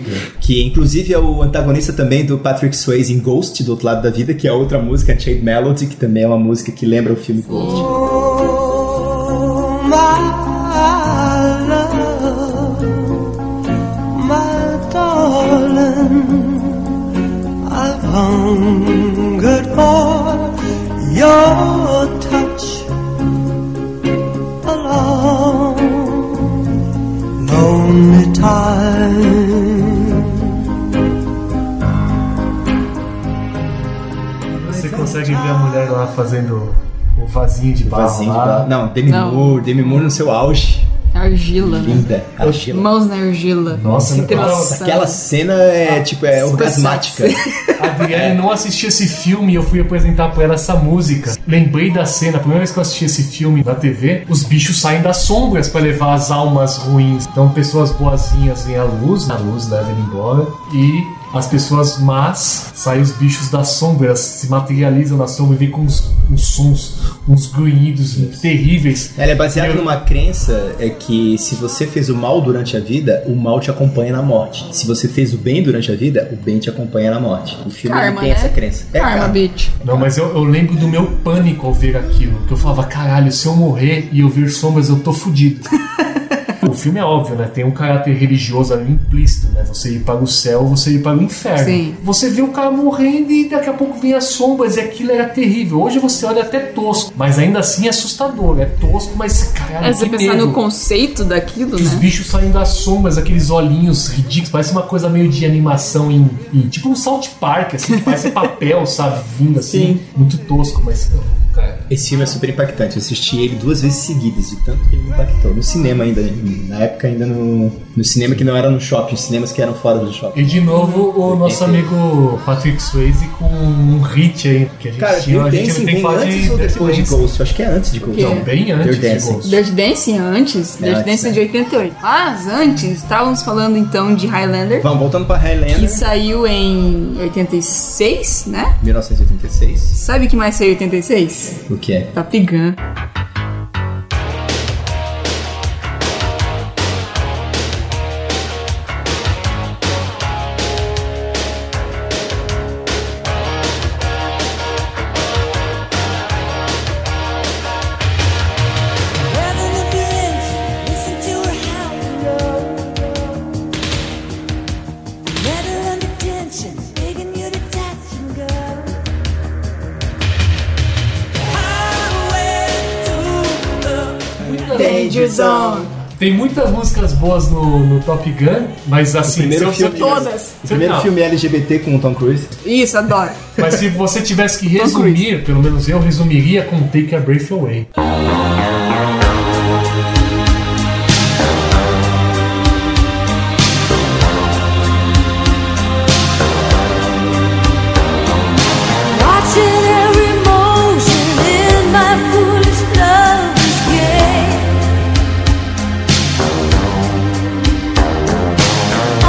que inclusive é o antagonista também do Patrick Swayze em Ghost, do outro lado da vida, que é outra música, Unchained Melody, que também é uma música que lembra o filme tipo, Ghost. Oh, my love, my darling, I've hungered for your touch a long, lonely time. Você consegue ver a mulher lá fazendo o vasinho de barro Vazinho de lá. bala. Não, Demi Não. Moore, Demi Moore no seu auge. Argila, né? Linda. Argila. Mãos na argila. Nossa, Sem ter nossa, noção. Aquela cena é tipo, é orgasmática. A Adriane não assistiu esse filme e eu fui apresentar pra ela essa música. Lembrei da cena, a primeira vez que eu assisti esse filme na TV, os bichos saem das sombras pra levar as almas ruins. Então pessoas boazinhas vêm à luz, a luz leva ele embora e as pessoas más, saem os bichos das sombras, se materializam na sombra e vêm com uns, uns sons, uns grunhidos terríveis. Ela é baseada Eu- numa crença é que se você fez o mal durante a vida, o mal te acompanha na morte. Se você fez o bem durante a vida, o bem te acompanha na morte. O filme ele Karma, tem né? essa crença. É Karma, bitch. Não, mas eu, eu lembro do meu pânico ao ver aquilo. Que eu falava, caralho, se eu morrer e eu ver sombras, eu tô fudido. o filme é óbvio, né? Tem um caráter religioso ali implícito, né? Você ir para o céu, você ir para o inferno. Sim. Você vê o cara morrendo e daqui a pouco vem as sombras e aquilo era terrível. Hoje você olha até tosco, mas ainda assim é assustador. É tosco, mas caralho, É, que você pensar medo. no conceito daquilo, E Os né? bichos saindo das sombras, aqueles olhinhos ridículos, parece uma coisa meio de animação em. em- tipo um Salt Park, assim, que parece papel, sabe? Vindo assim. Muito tosco, mas. Cara, Esse filme é super impactante. Eu assisti ele duas vezes seguidas, de tanto que ele me impactou. No cinema ainda, né? na época ainda no, no cinema que não era no shopping, cinemas que eram fora do shopping. E de novo o nosso amigo Patrick Swayze com um hit aí, que a gente Cara, tinha, a Dirty gente Dancing não tem vem que falar de antes ou Dirty depois de Dancing. Ghost? Eu acho que é antes de Ghost. quê? Não, bem antes Dirty de Dancing. Ghost. Dirty Dancing antes, Dirty antes, Dancing né? de 88. Mas antes, estávamos falando então de Highlander, Vamos, voltando pra que Highlander, saiu em 86, né? 1986. Sabe o que mais saiu em 86? O que é? Top Gun. Revving up your engine, listen to her howl and roar. Let her under tension, begging you to touch and go. Highway to the Danger Zone. Tem muitas músicas boas no, no Top Gun, mas assim, primeiro se eu- filme- Todas. O primeiro Não. filme LGBT com o Tom Cruise. Isso, adoro. Mas se você tivesse que resumir, pelo menos eu resumiria com Take a Breath Away. Watching every motion in my foolish lover's gaze.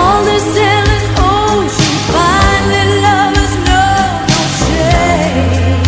On the sailor's ocean, finally lovers know no shame.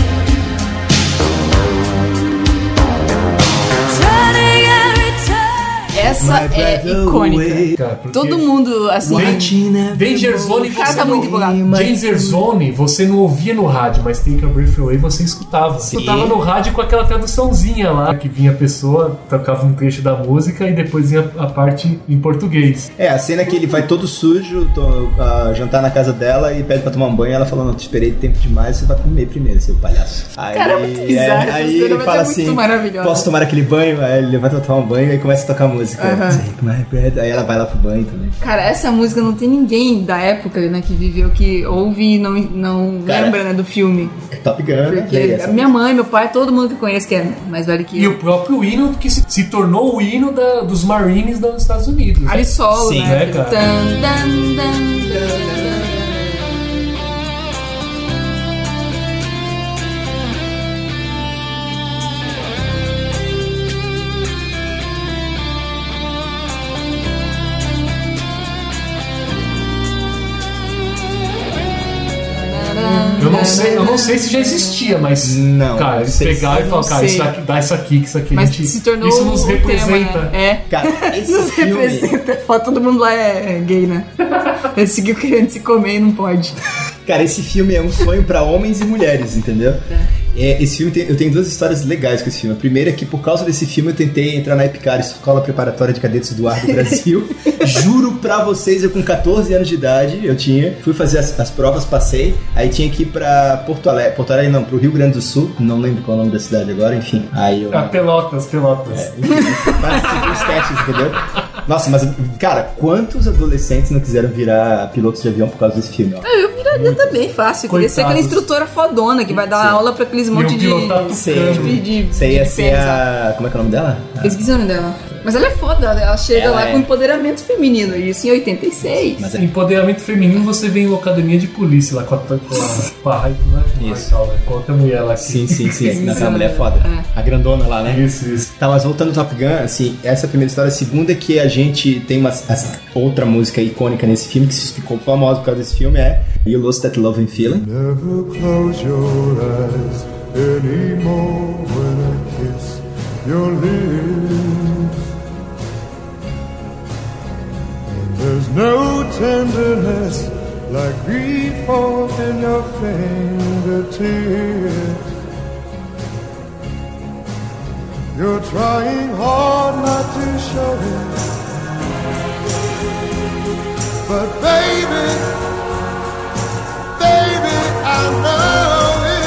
Turning every turn. Essa My é brother icônica. way. Cara, porque- Todo mundo, assim. Watching every Danger Zone O cara tá muito empolgado. Danger Zone você não ouvia no rádio, mas Take a Breath Away você escutava. Escutava no rádio com aquela traduçãozinha lá, que vinha a pessoa, tocava um trecho da música e depois vinha a parte em português. É, a cena que ele vai todo sujo to- a jantar na casa dela e pede pra tomar um banho. Ela fala: Não, te esperei tempo demais, você vai comer primeiro, seu palhaço. Aí, Cara, é muito bizarro, essa aí cena, ele mas fala é muito assim: maravilhosa. Posso tomar aquele banho? Aí ele levanta pra tomar um banho e começa a tocar música. Aham. Take my breath. Aí ela vai lá pro banho também. Cara, essa música não tem ninguém da época, né, que viveu, que ouve e não, não Cara, lembra, né, do filme. É Top Gun, né? Porque Play essa. minha mãe, meu pai, todo mundo que eu conheço que é mais velho que E eu. o próprio hino que se, se tornou o hino da- dos Marines dos Estados Unidos. Ali solo, Sim, né? né, cara? Tan, dan, dan, dan, dan. Eu não sei, eu não sei se já existia, mas Não, cara, eles não sei. pegaram e Eu falaram, né? não cara, isso sei. aqui, dá isso aqui, que isso aqui. a Mas gente- se tornou isso nos o representa. tema, né? É. Cara, esse Nos filme- representa. Fala, todo mundo lá é gay, né? Ele seguiu querendo se comer e não pode. Cara, esse filme é um sonho pra homens e mulheres, entendeu? É, esse filme tem- eu tenho duas histórias legais com esse filme. A primeira é que por causa desse filme eu tentei entrar na Epicar, Escola Preparatória de Cadetes do Ar do Brasil. Juro pra vocês, eu com 14 anos de idade, eu tinha, fui fazer as, as provas, passei, aí tinha que ir pra Porto Alegre, Porto Alegre não, pro Rio Grande do Sul, não lembro qual é o nome da cidade agora, enfim. Aí eu Ah, pelotas, pelotas. Mas os testes, entendeu? Nossa, mas cara, quantos adolescentes não quiseram virar pilotos de avião por causa desse filme? ó? Eu viraria também, fácil. Eu Queria ser aquela Coitados. instrutora fodona que vai dar aula pra aqueles monte de. pilotar tudo. Sei, De- de- sei de ia ser pés, a. Como é que é o nome dela? Eu Esqueci o nome dela. Mas ela é foda, ela chega Ela lá é. com empoderamento feminino, e isso em 86. Mas é- Empoderamento feminino você vê em locademia de polícia lá com a, com a, com a, Rai- não é com a Rai Isso. Tal, né? Com outra mulher lá. que- Sim, sim, sim. Nossa, Isso. a mulher é foda. É. A grandona lá, né? Isso, isso. Tá, mas voltando ao Top Gun, assim, essa é a primeira história. A segunda é que a gente tem uma as- outra música icônica nesse filme, que ficou famosa por causa desse filme, é You Lost That Loving Feeling. Never close your eyes anymore when I kiss your lips. And there's no tenderness like grief forth in your fingertips. You're trying hard not to show it. But baby, Baby, I know it.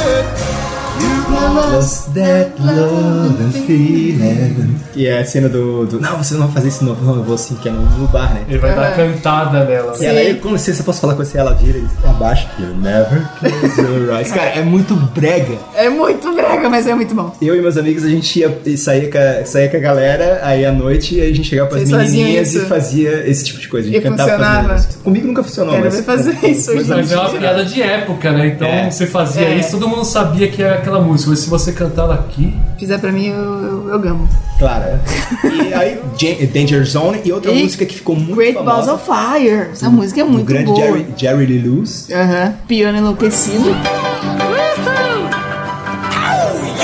You Lost that loving feeling. E é a cena do, do- Não, você não vai fazer isso novo, não, eu vou assim, que é no, no bar, né? Ele vai dar a cantada nela. E ela aí, com licença, posso falar com você? Ela vira e se abaixa. You never close your eyes. Cara, é muito brega. É muito brega, mas é muito bom. Eu e meus amigos, a gente ia e saía com a, saía com a galera, aí à noite aí a gente chegava pras Vocês faziam menininhas e isso? fazia esse tipo de coisa. A gente E cantava pras funcionava? meninas. Comigo nunca funcionou, Quero mas. ver fazer com- isso com hoje. meus Mas é uma amigos piada de época, né? Então É. você fazia É. isso, todo mundo sabia que era aquela música. Mas se você cantar aqui. Fizer pra mim, eu, eu, eu gamo. Clara. E aí, Jan- Danger Zone e outra E música que ficou muito Great Balls famosa. of Fire. Essa música é do muito grande boa. Jerry, Jerry Lee Lewis. Aham. Piano enlouquecido. You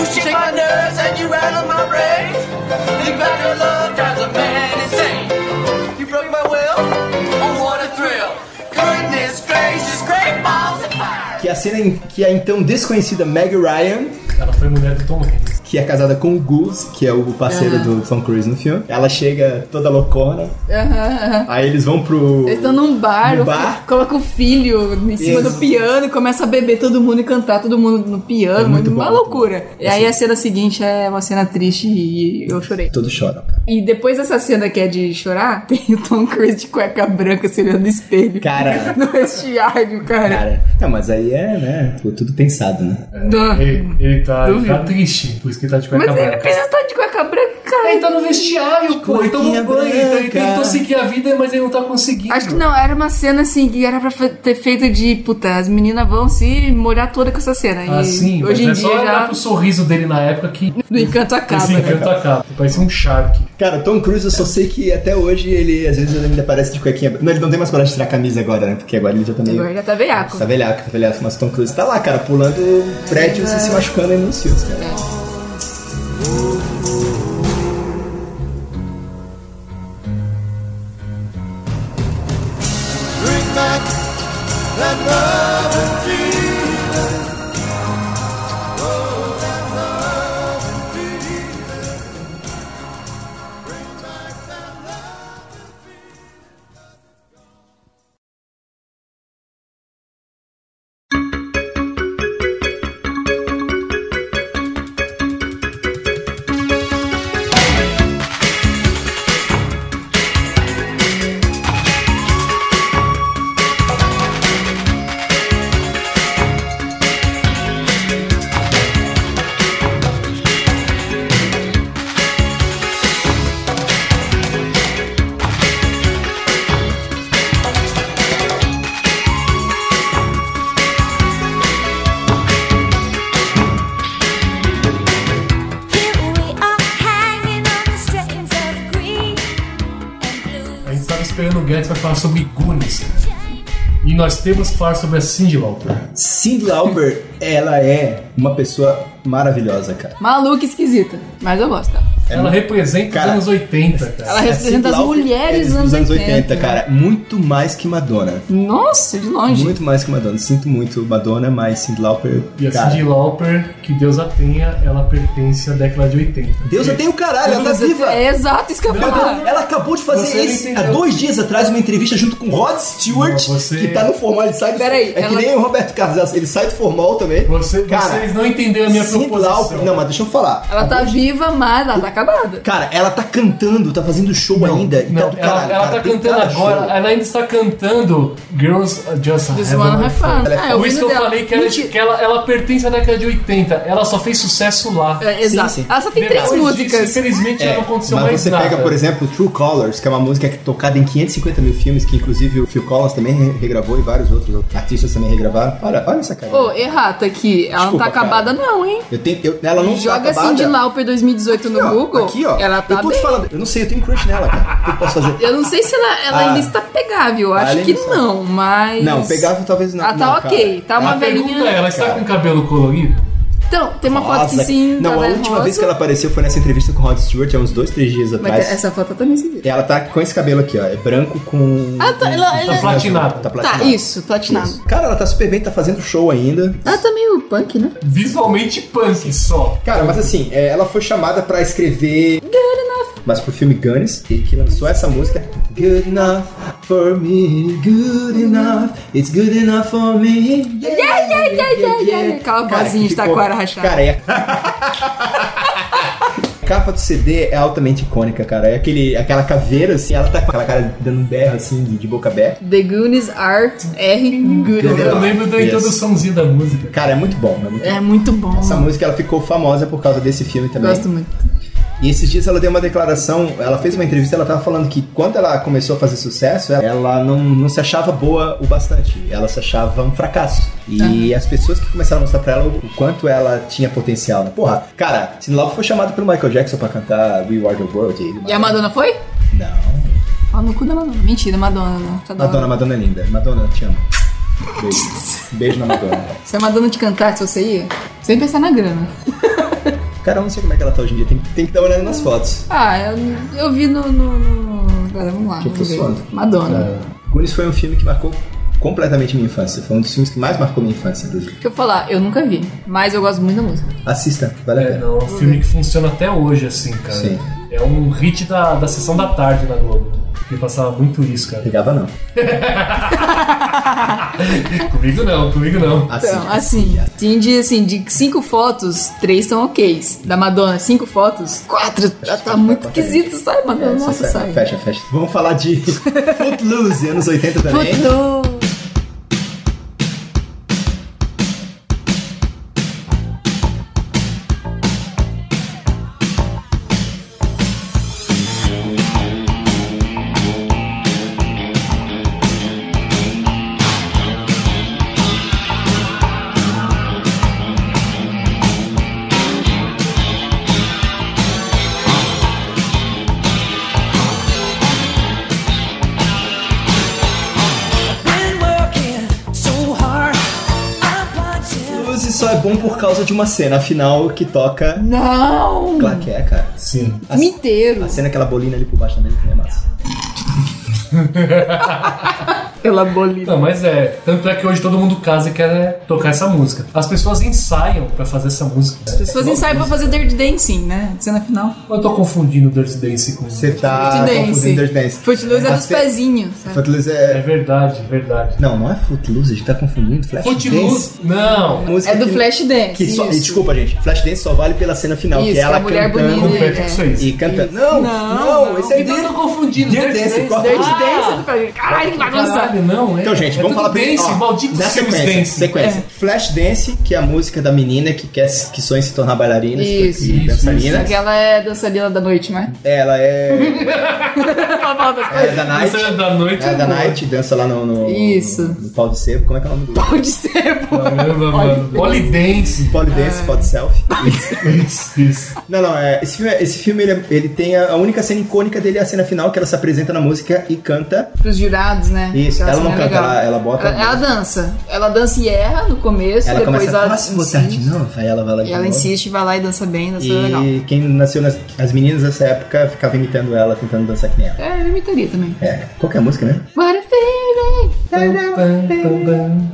shake my nerves and you rattle my brains. Think about your love drives a man insane. You broke my will. Oh, what a thrill. Goodness gracious, great balls of fire. Que é a cena em que a então desconhecida Meg Ryan, Ela foi mulher do Tom Hanks. que é casada com o Goose, que é o parceiro do Tom Cruise no filme, ela chega toda loucona, Aham, aham. aí eles vão pro. Eles estão num bar, No o bar? fi- coloca o filho em cima Isso. do piano e começa a beber todo mundo e cantar todo mundo no piano. É muito uma bom, loucura. E aí a cena seguinte é uma cena triste e eu chorei. Todo chora. E depois dessa cena que é de chorar, tem o Tom Cruise de cueca branca se olhando no espelho. Cara. No vestiário, cara. Cara, não, mas aí é, né? Ficou tudo pensado, né? Não. Ele, ele tá, ele tá Duvido. triste, por isso que ele tá de Mas cueca ele Tipo, branca. precisa estar de cueca branca, cara. Ele tá no vestiário, pô. Ele cuequinha tomou banho, então ele branca. tentou seguir a vida, mas ele não tá conseguindo. Acho que não, era uma cena assim que era pra fe- ter feito de puta, as meninas vão se molhar toda com essa cena. Ah, e sim, hoje em mas é só dia olhar já pro sorriso dele na época que do encanto acaba. esse né? encanto acaba. Parecia um shark. Cara, Tom Cruise, eu só sei que até hoje ele, às vezes, ele ainda parece de cuequinha. Não, ele não tem mais coragem de tirar a camisa agora, né? Porque agora ele já tá meio. Agora já tá veiaco. Tá velhaco, tá velhaco, mas Tom Cruise tá lá, cara, pulando prédios e se né? machucando aí nos fios, É. cara. bring back that love and feeling. Oh, that love and feeling. Bring back that love. A gente tava esperando o Guedes pra falar sobre Goonies. cara. E nós temos que falar sobre a Cindy Lauper. É Cindy Lauper, ela é uma pessoa maravilhosa, cara. Maluca e esquisita, mas eu gosto. dela. Ela representa Cara, os anos 80, cara. Ela A Cyndi representa as Lauper é mulheres dos dos anos né? 80. cara. Muito mais que Madonna. Nossa, de longe. Muito mais que Madonna. Sinto muito Madonna, mas Cindy Lauper, E a Cindy cara... Lauper, que Deus a tenha, ela pertence à década de 80. Deus, eu tenho o caralho, ela tá viva! É exato isso que eu ia Meu Deus, falar. Ela tá acabou de fazer Você não esse, há entendeu. dois dias atrás uma entrevista junto com Rod Stewart, Não, você- que tá no formal, ele sai do Peraí, É que ela- nem o Roberto Carlos, ele sai do formal também. Você- cara, vocês não entenderam a minha fazendo lá o... oposição. Não, mas deixa eu falar. Ela tá viva, mas ela tá acabada. Cara, ela tá cantando, tá fazendo show ainda. e tá Não, do ela, caralho, ela cara, tá tem cantando cada agora, show. ela ainda está cantando Girls Just, Just Have Wanna More Have Fun. Ela é Ah, fã. é o Por isso que hino eu dela. falei que, ela, Mentira. que ela, ela pertence à década de 80. Ela só fez sucesso lá. É, exato. Sim, sim. Ela só tem Depois três disso, músicas. infelizmente, já É, não aconteceu mas mais você nada. pega, por exemplo, True Colors, que é uma música que é tocada em 550 mil filmes, que inclusive o Phil Collins também re- regravou e vários outros artistas também regravaram. Olha, olha essa cara. Ô, errata aqui. Ela não Desculpa, tá acabada, não, hein? Eu tenho, eu- ela não tá Joga acabada. assim de Lauper 2018 no Aqui, ó, Google. Aqui, ó. Ela tá eu tô bem. te falando, eu não sei, eu tenho crush nela, cara. O que eu posso fazer? Eu não sei se ela, ela Ah. ainda está pegável. Eu Ah, acho ela que ainda está. não, mas. Não, pegável talvez não. Ela tá não, ok, cara. tá uma A pergunta é, velhinha. ela está com cabelo colorido? Então, tem uma foto que Rosa. sim, Não, ela a é última rosa, vez que ela apareceu foi nessa entrevista com o Rod Stewart há uns dois, três dias Mas atrás. essa foto também se vê. Ela tá com esse cabelo aqui, ó. É branco com. Ah, tá, ela- com- ela- com- Platinado. Tá Tá, platinado. isso, platinado. Isso. Cara, ela tá super bem, tá fazendo show ainda. Ela tá meio punk, né? Visualmente punk só. Cara, mas assim, é, ela foi chamada pra escrever. Good enough. Mas pro filme Guns, ele que lançou essa música. Good enough for me, good enough, it's good enough for me. Yeah, yeah, yeah, yeah, yeah. Aquela vozinha que de ficou- taquara rachada. Cara, é. A capa do CD é altamente icônica, cara. É aquele, aquela caveira, assim, ela tá com aquela cara dando um berro, assim, de, de boca aberta. The Goonies Art R. Good. Good. Eu lembro da Yes. introduçãozinha da música. Cara, é muito bom, é muito bom. É muito bom. Essa mano. música é ela ficou famosa por causa desse filme também. Gosto muito. E esses dias ela deu uma declaração, ela fez uma entrevista, ela tava falando que quando ela começou a fazer sucesso, ela- ela não, não se achava boa o bastante, ela se achava um fracasso. E as pessoas que começaram a mostrar pra ela o quanto ela tinha potencial, né? Porra, cara, se logo foi chamado pelo Michael Jackson pra cantar We Are The World. ele- E a Madonna foi? Não. Ó, no cu da Madonna. Mentira, Madonna não. Tá dando- Madonna, Madonna é linda. Madonna, eu te amo. Beijo. Beijo na Madonna. Se a Madonna te cantar, se você ia, sem pensar na grana. Cara, eu não sei como é que ela tá hoje em dia, tem, tem que dar uma olhada nas fotos. Ah, eu, eu vi no. no, no... Agora vamos lá. Que vamos ver. funciona. Madonna. Goonies foi um filme que marcou completamente minha infância. Foi um dos filmes que mais marcou minha infância, inclusive. Deixa eu falar, eu nunca vi, mas eu gosto muito da música. Assista, vale a É, pena. não, é um filme que funciona até hoje, assim, cara. Sim. É um hit da, da sessão da tarde na Globo. Que passava muito isso, cara. Pegava não. comigo não, comigo não. Assim. Então, assim, assim de, assim, de cinco fotos, três são ok. Da Madonna, cinco fotos, quatro. Já tá muito esquisito, sabe, Madonna? Nossa, fecha, sai. fecha, fecha. Vamos falar de Footloose, anos 80 também. Footloose. Been working so hard. I'm watching. Footloose só é bom por causa de uma cena, afinal, que toca... Não! Claro que é, cara. Sim. A, Me inteiro. a cena, aquela bolina ali por baixo também, que é massa. Pela bolida. Não, mas é. Tanto é que hoje todo mundo casa e quer né, tocar essa música. As pessoas ensaiam pra fazer essa música. As pessoas ensaiam pra fazer Dirty Dancing, né? Cena final. Ou eu tô confundindo Dirty Dance com. Você tá Dirty Dancing. confundindo Dirty Dance. Footloose é A dos ce- pezinhos, sabe? Footloose É é... verdade, verdade. Não, não é Footloose, a gente tá confundindo Flash Dance. Footloose? Não. Música É do que- Flashdance. Que só, e isso. desculpa, gente. Flashdance só vale pela cena final, Isso, que é ela a mulher cantando Com bonita. perfeccionista. e cantando. Não, Não, não, não. é esse aí Então eu tô confundindo. Dirty Dance, corta Dirty isso. Dancing é do pezinho. Caralho, que bagunça! Caralho, não, é. Então, gente, é vamos tudo falar primeiro. Dance, ó, maldito na filmes sequência. Dance. sequência. Flash Dance, que é a música da menina que quer que sonha em se tornar bailarina, Isso. se tornar Isso, dançarina. Aquela é dançarina da noite, né? Ela é, Ela fala das é da Night. Essa é da noite. É da eu vou. Night, dança lá no, no, Isso. no, pau de sebo. Como é que é o nome do Pau de sebo. Caramba, mano. Polydance. Polydance, Pod Self. Isso, isso. Não, não, é, esse filme, esse filme ele, é- ele tem a, a única cena icônica dele é a cena final, que ela se apresenta na música e canta. Pros jurados, né? Isso, Aquela ela não cena canta, legal. ela, ela bota. Ela, ela É dança. Ela dança e erra no começo, ela depois começa ela. a se botar de insiste. novo, aí ela vai lá de E ela novo. insiste, vai lá e dança bem, dança legal. E quem nasceu nas. As meninas dessa época ficavam imitando ela, tentando dançar que nem ela. É, eu imitaria também. É, qualquer música, né? What a feeling.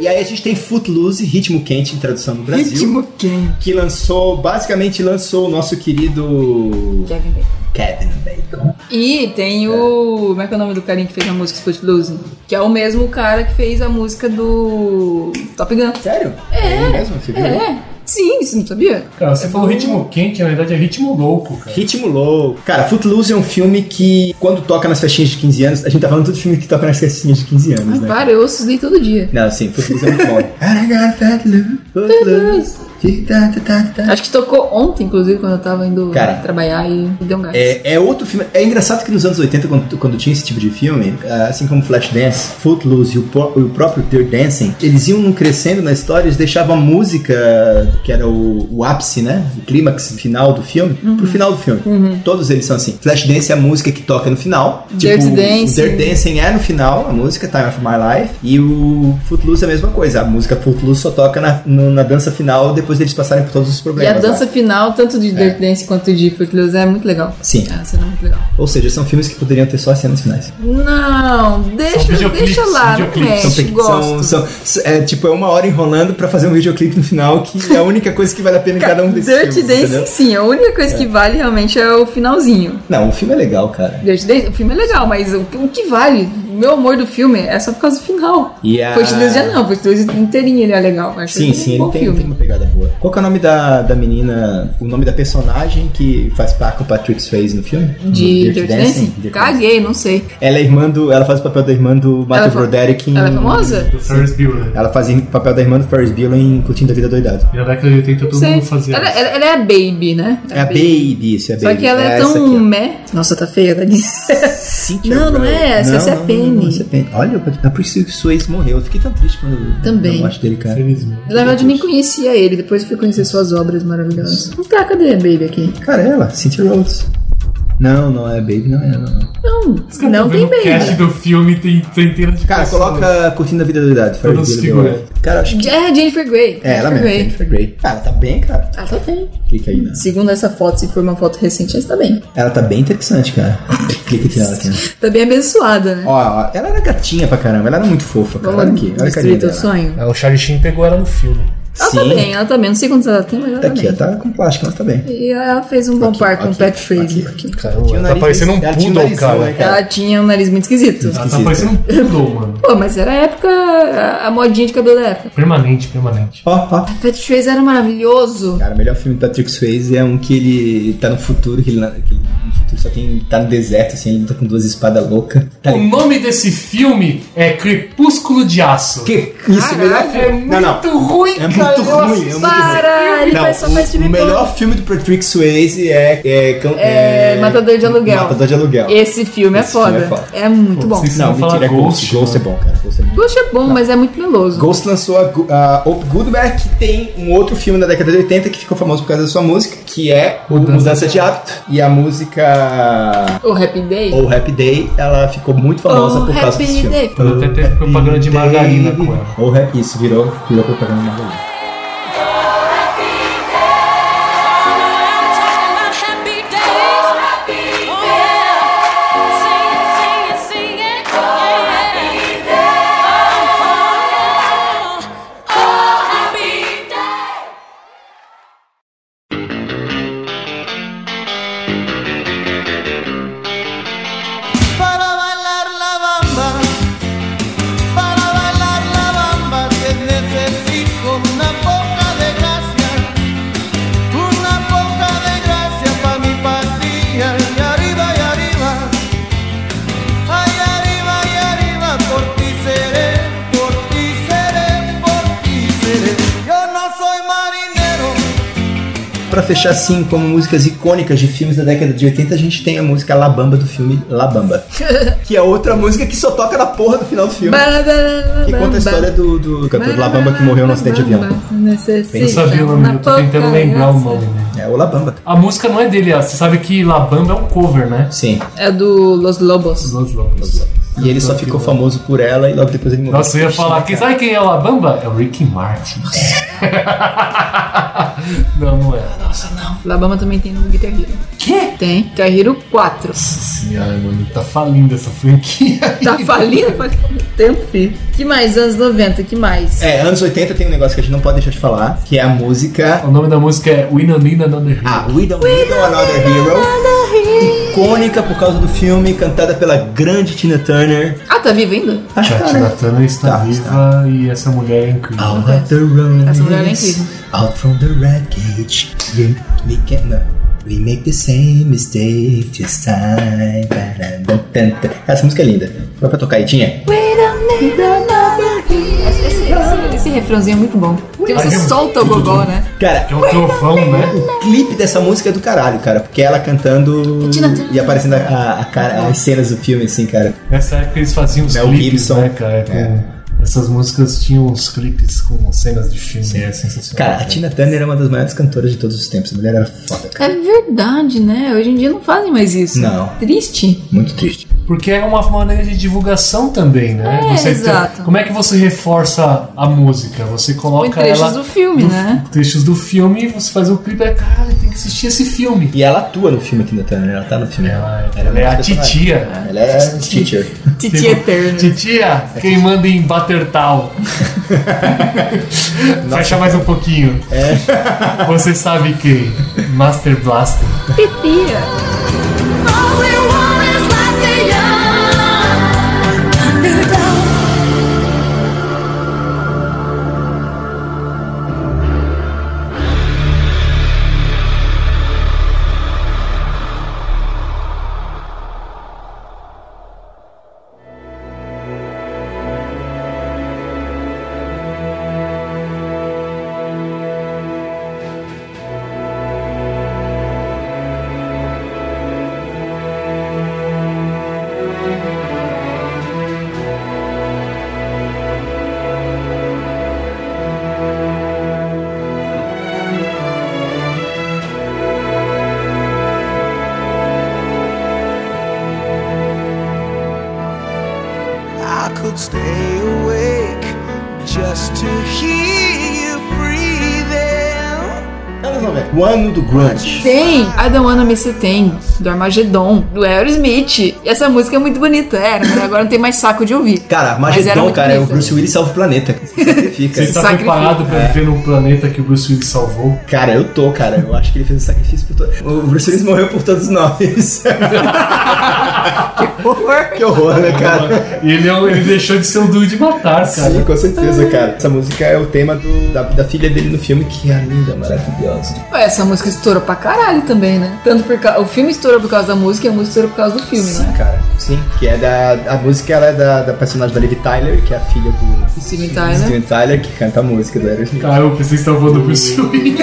E aí a gente tem Footloose, Ritmo Quente em tradução no Brasil. Ritmo quente. Que lançou, basicamente lançou o nosso querido Kevin Bacon. Kevin Bacon. E tem o. Como é que é o nome do carinha que fez a música Split Blues? Que é o mesmo cara que fez a música do Top Gun. Sério? É, ele É mesmo? Você viu? É, Sim, você não sabia? Cara, você falou ritmo quente, na verdade é ritmo louco, cara. Ritmo louco. Cara, Footloose é um filme que, quando toca nas festinhas de 15 anos, a gente tá falando tudo de filme que toca nas festinhas de 15 anos, Ah, né? para, eu ouço isso daí todo dia. Não, sim, Footloose é muito bom. And I got Footloose, Footloose, ti, ta, ta, ta, ta. Acho que tocou ontem, inclusive, quando eu tava indo Cara, trabalhar e me deu um gás. É, é outro filme. É engraçado que nos anos 80, quando, quando tinha esse tipo de filme, ah, assim como Flashdance, Footloose e o, pró- e o próprio Dirty Dancing, eles iam crescendo na história, eles deixavam a música, que era o, o ápice, né? O clímax final do filme, Uhum. pro final do filme. Todos eles são assim. Flashdance é a música que toca no final. Dirty tipo, Dancing. O Dirty Dancing é no final, a música, Time of My Life. E o Footloose é a mesma coisa. A música Footloose só toca na, no- na dança final depois deles passarem por todos os E problemas. né. a dança lá. final, tanto É. de Dirty Dance quanto de Footloose, é muito legal. Sim. É, a cena é muito legal. Ou seja, são filmes que poderiam ter só as cenas finais. Não, deixa, videoclipes, deixa lá, não videoclipes. São, mexe, pe- gosto. são- são- é tipo, é uma hora enrolando pra fazer um videoclipe no final, que é a única coisa que vale a pena em cada um desses Dirty filmes, Dancing, entendeu? sim, a única coisa que vale realmente é o finalzinho. Não, o filme é legal, cara. Dirty Dancing, o filme é legal, mas o, o que vale, o meu amor do filme, é só por causa do final. E a- Footloose já não, Footloose inteirinho ele é legal. eu Acho Sim, ele sim, um ele bom tem, filme. tem uma pegada boa. Qual que é o nome da, da menina, o nome da personagem que faz par com o Patrick Swayze no filme? De No Dirty Dancing? um Dirty Caguei, não sei. Ela é irmã do, ela faz o papel da irmã do Ela Matthew fa- Broderick em... Ela é famosa? Do Ferris Bueller. Ela fazia o papel da irmã do Ferris Bueller em Curtindo a Vida Doidado. E na década de 80 todo Sei. mundo fazia Ela, isso. ela- ela é a Baby, né? É a Baby, isso, é a Baby. Só que ela é, essa aqui, tão ó. mé. Nossa, tá feia, tá Cynthia Não, não Rowe. é essa, essa é a não, Penny. não, essa é a Penny. Olha, a Priscilla Swayze morreu. Eu fiquei tão triste quando eu- Também. eu acho dele, cara. Felizmente. Na verdade, eu nem conhecia ele, depois fui conhecer suas obras maravilhosas. Mas Tá, cadê a Baby aqui? Cara, é ela, Cynthia Rhodes. Não, não é Baby, não é ela. Não. Não, não tem O cast Baby. do filme tem centenas de Cara, pessoas. coloca Curtindo a Vida Doidado. Ferris Todas as Bueller. figuras. Cara, acho que... É, Jennifer Grey. É, ela Jennifer mesmo, Jennifer Grey. Ah, ela tá bem, cara. Ah, tá bem. Clica aí, né? Segundo essa foto, se for uma foto recente, ela está bem. Ela tá bem interessante, cara. Clica aqui nela, aqui. né? Tá bem abençoada, né? Ó, ó, ela era gatinha pra caramba. Ela era muito fofa, cara. Vamos Olha aqui, olha a carinha destruir teu dela. sonho. É, O Charlie Sheen pegou ela no filme. Ela tá Sim. bem, ela tá bem. Não sei quantos ela tem, mas ela Tá tá, aqui, ó, bem. tá com plástico, mas tá bem. E ela fez um bom Aqui, par com aqui, o Pat Fraser. aqui, Cara, Tinha o ela tá nariz- parecendo um ela tinha poodle, narizão, cara. né, Ela tinha um nariz muito esquisito. Ela tá Esquisito. parecendo um poodle, mano. Pô, mas era a época, a- a modinha de cabelo da época. Permanente, permanente. Ó, ó. Pat Fraser era maravilhoso. Cara, o melhor filme do Patrick Swayze é um que ele tá no futuro, que ele, que ele no futuro só tem. tá no deserto, assim, ele luta com duas espadas loucas. Tá O ligado? nome desse filme é Crepúsculo de Aço. Que isso, o melhor É filme. muito Não, não. ruim, É cara. muito eu ruim, é muito ruim. Para! Ele Não, faz só mais o, filme o bom. melhor filme do Patrick Swayze é. É, cão- É, Matador de Aluguel. Matador de Aluguel. Esse filme Esse é filme foda. é foda. É muito Pô, bom. vocês- Não, Não, fala mentira, é Ghost. Ghost, Ghost é bom, cara. Ghost é bom. Ghost é bom, mas é muito meloso. Ghost lançou a, Gu- a Hope Goodbye, que tem um outro filme da década de 80 que ficou famoso por causa da sua música, que é o Mudança Mudança de Hábito. E a música O Happy Day. ou Happy Day, ela ficou muito famosa Oh, por causa Happy desse filme. Day. Ela até teve propaganda de margarina com ela. Ou Happy- isso, virou, virou propaganda de margarina. Para bailar la bamba, para bailar la bamba se necesita una poca de gracia, una poca de gracia pa' mi patilla, y arriba y arriba, ay arriba y arriba, por ti seré, por ti seré, por ti seré. Yo no soy marinero. Pra fechar, assim, como músicas icônicas de filmes da década de 80, a gente tem a música La Bamba do filme La Bamba. que é outra música que só toca na porra do final do filme. Que conta a história do, do cantor La Bamba que morreu no acidente de avião. Necessita Eu sabia o nome, eu tô uma tentando lembrar o pouca nome. né? É o La Bamba. A música não é dele, ó. você sabe que La Bamba é um cover, né? Sim. É do Los Lobos. Los Lobos. E ele só ficou famoso por ela e logo depois ele morreu. Nossa, eu ia falar, quem sabe quem é o La Bamba? É o Ricky Martin. não, não é. Alabama também tem no Guitar Hero. Quê? Tem. Guerreiro 4. Nossa senhora, mano, tá falindo essa franquia. Tá falindo? Faz tempo, filho. Que mais? Anos 90, que mais? É, anos 80 tem um negócio que a gente não pode deixar de falar, que é a música. O nome da música é Winanina Nanner. Ah, We Don't Need No Another Hero. Icônica por causa do filme, cantada pela grande Tina Turner. Ah, tá vivo ainda? Acho A que Tina né? Turner está Tá, Ah, viva e essa mulher é incrível. I'll let the road Essa mulher é incrível. out from the red cage. You, we can, não. We make the same mistake this time. Ba-da-da-da-da. Essa música é linda. Dá pra tocar, Itinha? Esse, esse- esse refrãozinho é muito bom. Porque você Ai, eu- solta o gogó, né? Cara, Que é um trovão, né? o clipe dessa música é do caralho, cara. Porque ela cantando É Tina Turner. e aparecendo a- a- a cara- as cenas do filme, assim, cara. Nessa época eles faziam os Mel clipes, Gibson. né, cara? com- É. Essas músicas tinham os clipes com cenas de filme, é sensacional. Cara, a Tina Turner é uma das maiores cantoras de todos os tempos. A mulher era foda, cara. É verdade, né? Hoje em dia não fazem mais isso. Não. Triste. Muito triste. Porque é uma maneira de divulgação também, né? É, Você exato. Como é que você reforça a música? Você Põe coloca trechos ela do filme, né? trechos do filme e você faz o clipe é, cara, tem que assistir esse filme. E ela atua no filme, Tina Turner. Ela tá no filme. Ela, ela é a titia. né? Ela é teacher. Tipo, Tipo, Titi é Eterno. Titia, quem manda é em Batertal. Fecha mais um pouquinho. É. Você sabe quem? Master Blaster. Titia. I could stay awake just to hear you breathing. Anos 90. O ano do grunge. Tem I Don't Wanna Miss a Thing, do Armagedon, do Aerosmith. E essa música é muito bonita, era, mas agora não tem mais saco de ouvir. Cara, Mas era Magedon, muito cara, é o bonito. Bruce Willis salva o planeta. Sacrifica. Você Se está sacrifica. preparado É. para viver num planeta que o Bruce Willis salvou? Cara, eu tô, cara. Eu acho que ele fez um sacrifício por todos. O Bruce Willis morreu por todos nós. que horror, né, cara? E ele, é um- ele deixou de ser um duro de matar, cara. Sim, com certeza, cara. Essa música é o tema do- da, da filha dele no filme, que é a linda, maravilhosa. Ué, Essa música estoura pra caralho também, né? Tanto por ca... O filme estoura por causa da música e a música estoura por causa do filme, Sim, né? cara. Sim. Que é da. A música ela é da, da personagem da Liv Tyler, que é a filha do Steven Tyler. Steven Tyler, que canta a música do Aerosmith. Cara, Ah, eu pensei que você estava falando do Bruce Willis.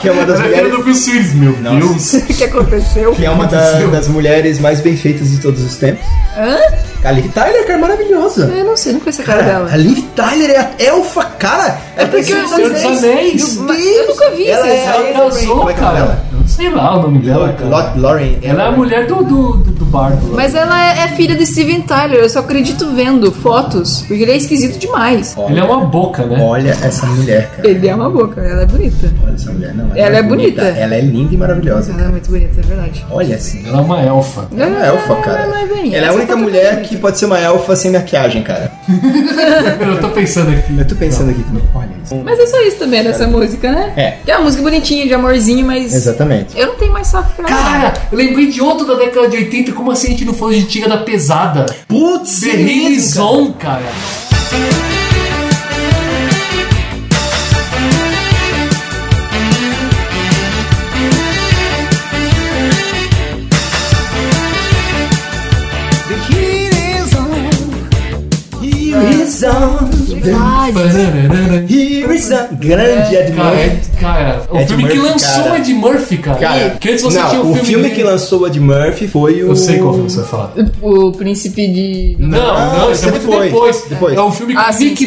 Que é uma das Era filho mulheres. do Bruce Willis, meu Nossa. Deus. O que aconteceu? Que é uma da- das mulheres mais bem feitas de todos os tempos. Hã? A Liv Tyler, cara, é maravilhosa. Eu não sei, não conheço a cara Cara, a dela. Liv Tyler é a elfa, cara. É porque Senhor eu- dos eu- Anéis. Meu Mas eu nunca vi Ela isso. é Ela a casou, Como é que é o nome cara. dela? Eu não sei lá o nome dela, Lo- cara. Lauren. Ela é a mulher do, do, do, do bardo. lá. Mas ela é, é filha de Steven Tyler, eu só acredito vendo fotos, porque ele é esquisito demais. Olha, Ele é uma boca, né? Olha essa mulher, cara. Ele é uma boca, ela é bonita. Olha essa mulher, não. Ela é bonita. Ela é linda e maravilhosa. Ela é muito bonita, é verdade. Olha assim. Ela é uma elfa. Ela é uma elfa, cara. Ela é bem- Ela é a essa única foto é mulher bonita. que pode ser uma elfa sem maquiagem, cara. Eu tô pensando aqui. Eu tô pensando aqui também. Olha isso. Mas é só isso também nessa música, né? É. Que é uma música bonitinha, de amorzinho, mas. Exatamente. Eu não tenho mais saco pra nada. Cara, eu lembrei de outro da década de 80. Como assim a gente não falou de Tiga da Pesada? Putz, Berrilizon, cara. The heat is on. Here is on, here is on. Grande Ed Cara, Murphy. é- cara, o Ed filme que Murphy, lançou cara. é de Murphy, cara. Cara, que antes você não, tinha o o filme, filme dele. que lançou o Ed Murphy foi o. Eu sei qual filme você vai falar. O príncipe de. Não, não, isso é muito depois, depois. depois. É um filme com Ah, sim. Nick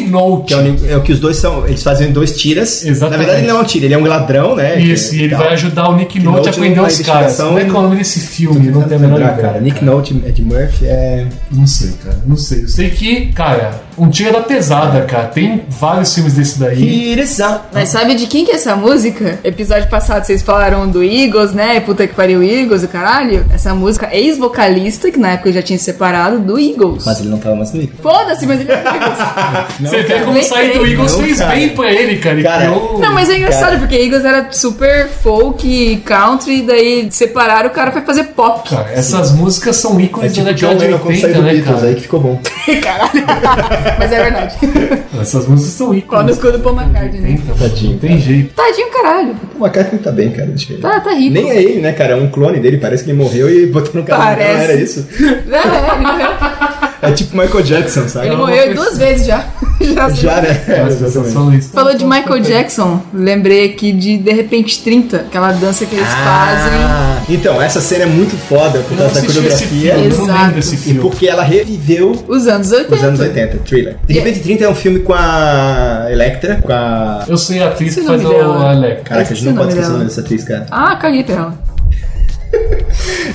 Que Nolte. é, o, é o que os dois são. Eles fazem dois tiras. Exatamente. Na verdade, ele não é um tiro, ele é um ladrão, né? Isso, e ele tal. vai ajudar o Nick Nick Nolte a Nolte prender numa os caras. investigação Como é e- que é o nome desse filme? Não tem Tentando a menor lembrar, ideia. cara. Nick Nolte, Ed Murphy é. Não sei, cara. Não sei. Eu sei que, cara, um tiro da pesada, cara. Tem vários filmes desse daí. It is out. Mas sabe de quem que é essa música? Episódio passado vocês falaram do Eagles, né? Puta que pariu Eagles e caralho. Essa música é ex-vocalista, que na época já tinha se separado, do Eagles. Mas ele não tava mais comigo. Foda-se, mas ele é do Eagles. Você vê cara. como sair do Lembrei. Eagles Não, fez cara. bem pra ele, cara. Ele Cara, criou- Não, mas é engraçado, Cara. porque Eagles era super folk, country, daí separaram, o cara foi fazer pop. Cara, essas músicas são É ícones tipo da John década de Lennon quando saiu 80, do né, Beatles, cara? aí que ficou bom. Mas é verdade. Essas músicas são Pau no ícones. cu do Paul McCartney, né? 80, Tadinho, Não cara. tem jeito. Tadinho, caralho. O McCartney tá bem, cara. acho que- Tá, tá rico. Nem é ele, né, cara? É um clone dele. Parece que ele morreu e botaram no cara. Parece. Não era isso. Não, é, ele morreu, É tipo Michael Jackson, sabe? ele Não, morreu não duas vezes já. já sei. Já, né? É, As pessoas exatamente. são isso. Falou de Michael Jackson, lembrei aqui de De Repente 30, aquela dança que eles fazem. Ah, então, essa cena é muito foda por Não causa da assisti esse filme, coreografia eu não Exato. lembro desse e filme. porque ela reviveu Os anos 80. os anos 80, thriller. De repente 30 é um filme com a Electra, com a. Eu sei a atriz Esse que faz nome dela. o Alec. Caraca, a gente não Esqueci o nome pode esquecer o dela. nome dessa atriz, cara. Ah, caguei pra ela.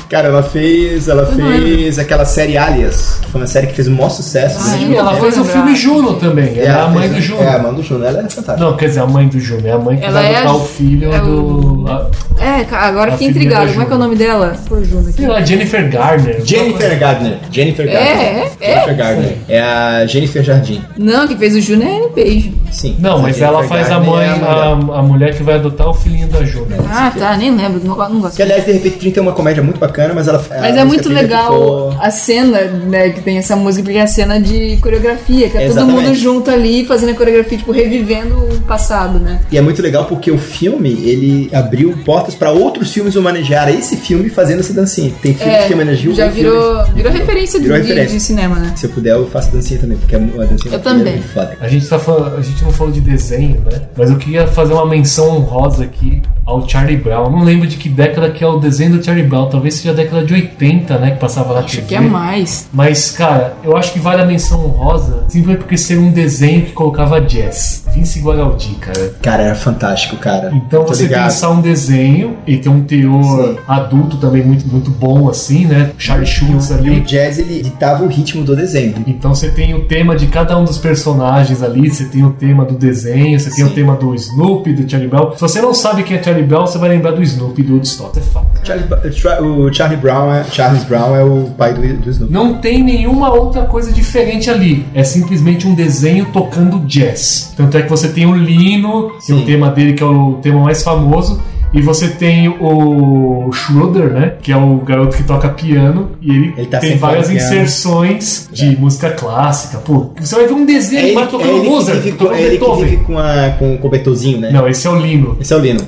Cara, ela fez. Ela não fez aquela série Alias, que foi uma série que fez o maior sucesso. Ah, né? eu Ela vou faz o lembrar. filme Juno também. Ela é a mãe fez- do Juno. É, a mãe do Juno, ela é fantástica. Não, quer dizer, a mãe do Juno. É a mãe que Ela vai é a- adotar o filho é o- do. a- É, ca- agora A fiquei filhinha intrigado. da Como é que é o Juna. nome dela? Pô, Juna aqui. Sei lá, Jennifer Garner. Jennifer Gardner. Jennifer É, Gardner. Jennifer Gardner. É a Jennifer Jardim. Não, quem fez o Juna é a Ellen Page. Sim. Não, mas a ela Jennifer faz a Gardner mãe, é a, a mulher que vai adotar o filhinho da né? Juna. Ah, tá, nem lembro. Não, não gosto. Que aliás, de repente 30 é uma comédia muito bacana, mas ela. Mas é muito legal Ficou... a cena, né, que tem essa música, porque é a cena de coreografia, que é todo Exatamente. mundo junto ali fazendo a coreografia, tipo, revivendo o passado, né? E é muito legal porque o filme ele abriu portas pra outros filmes homenagear esse filme fazendo essa dancinha. Tem filme que homenageou É, já outro virou, filme. virou referência, Virou de, referência. de cinema, né? Se eu puder, eu faço dancinha também, porque é uma dancinha Eu brasileira também. muito foda. A gente, tá falando, a gente não falou de desenho, né? Mas eu queria fazer uma menção honrosa aqui ao Charlie Brown. Não lembro de que década que é o desenho do Charlie Brown. Talvez seja a década de 80, né? Que passava na Acho TV. que é mais. Mas, cara, eu acho que vale a menção honrosa simplesmente porque ser um desenho que colocava jazz. Vince Guaraldi, cara. Cara, era fantástico, cara. Então Tô você ligado. pensar um desenho e ter um teor Sim. adulto também muito, muito bom, assim, né? Charlie Schultz E o ali. jazz, ele ditava o ritmo do desenho. Então você tem o tema de cada um dos personagens ali, você tem o tema do desenho, você tem o tema do Snoopy, do Charlie Brown. Se você não sabe quem é Charlie Brown, você vai lembrar do Snoopy do Woodstock. É fato. Charlie, Tra- o Charlie Brown é, Charles Brown é o pai do, do Snoop. Não tem nenhuma outra coisa diferente ali. É simplesmente um desenho tocando jazz. Tanto é que você tem o Lino, que é Sim. o tema dele, que é o tema mais famoso. E você tem o Schroeder, né? Que é o garoto que toca piano. E ele, Ele tá tem sempre várias tocando piano. É. inserções de música clássica. Pô, você vai ver um desenho ele, animado tocando ele Mozart, que vive, com, tocando é ele que Beethoven. vive com, a, com o cobertorzinho, né? Não, esse é o Lino. Esse é o Lino. Né?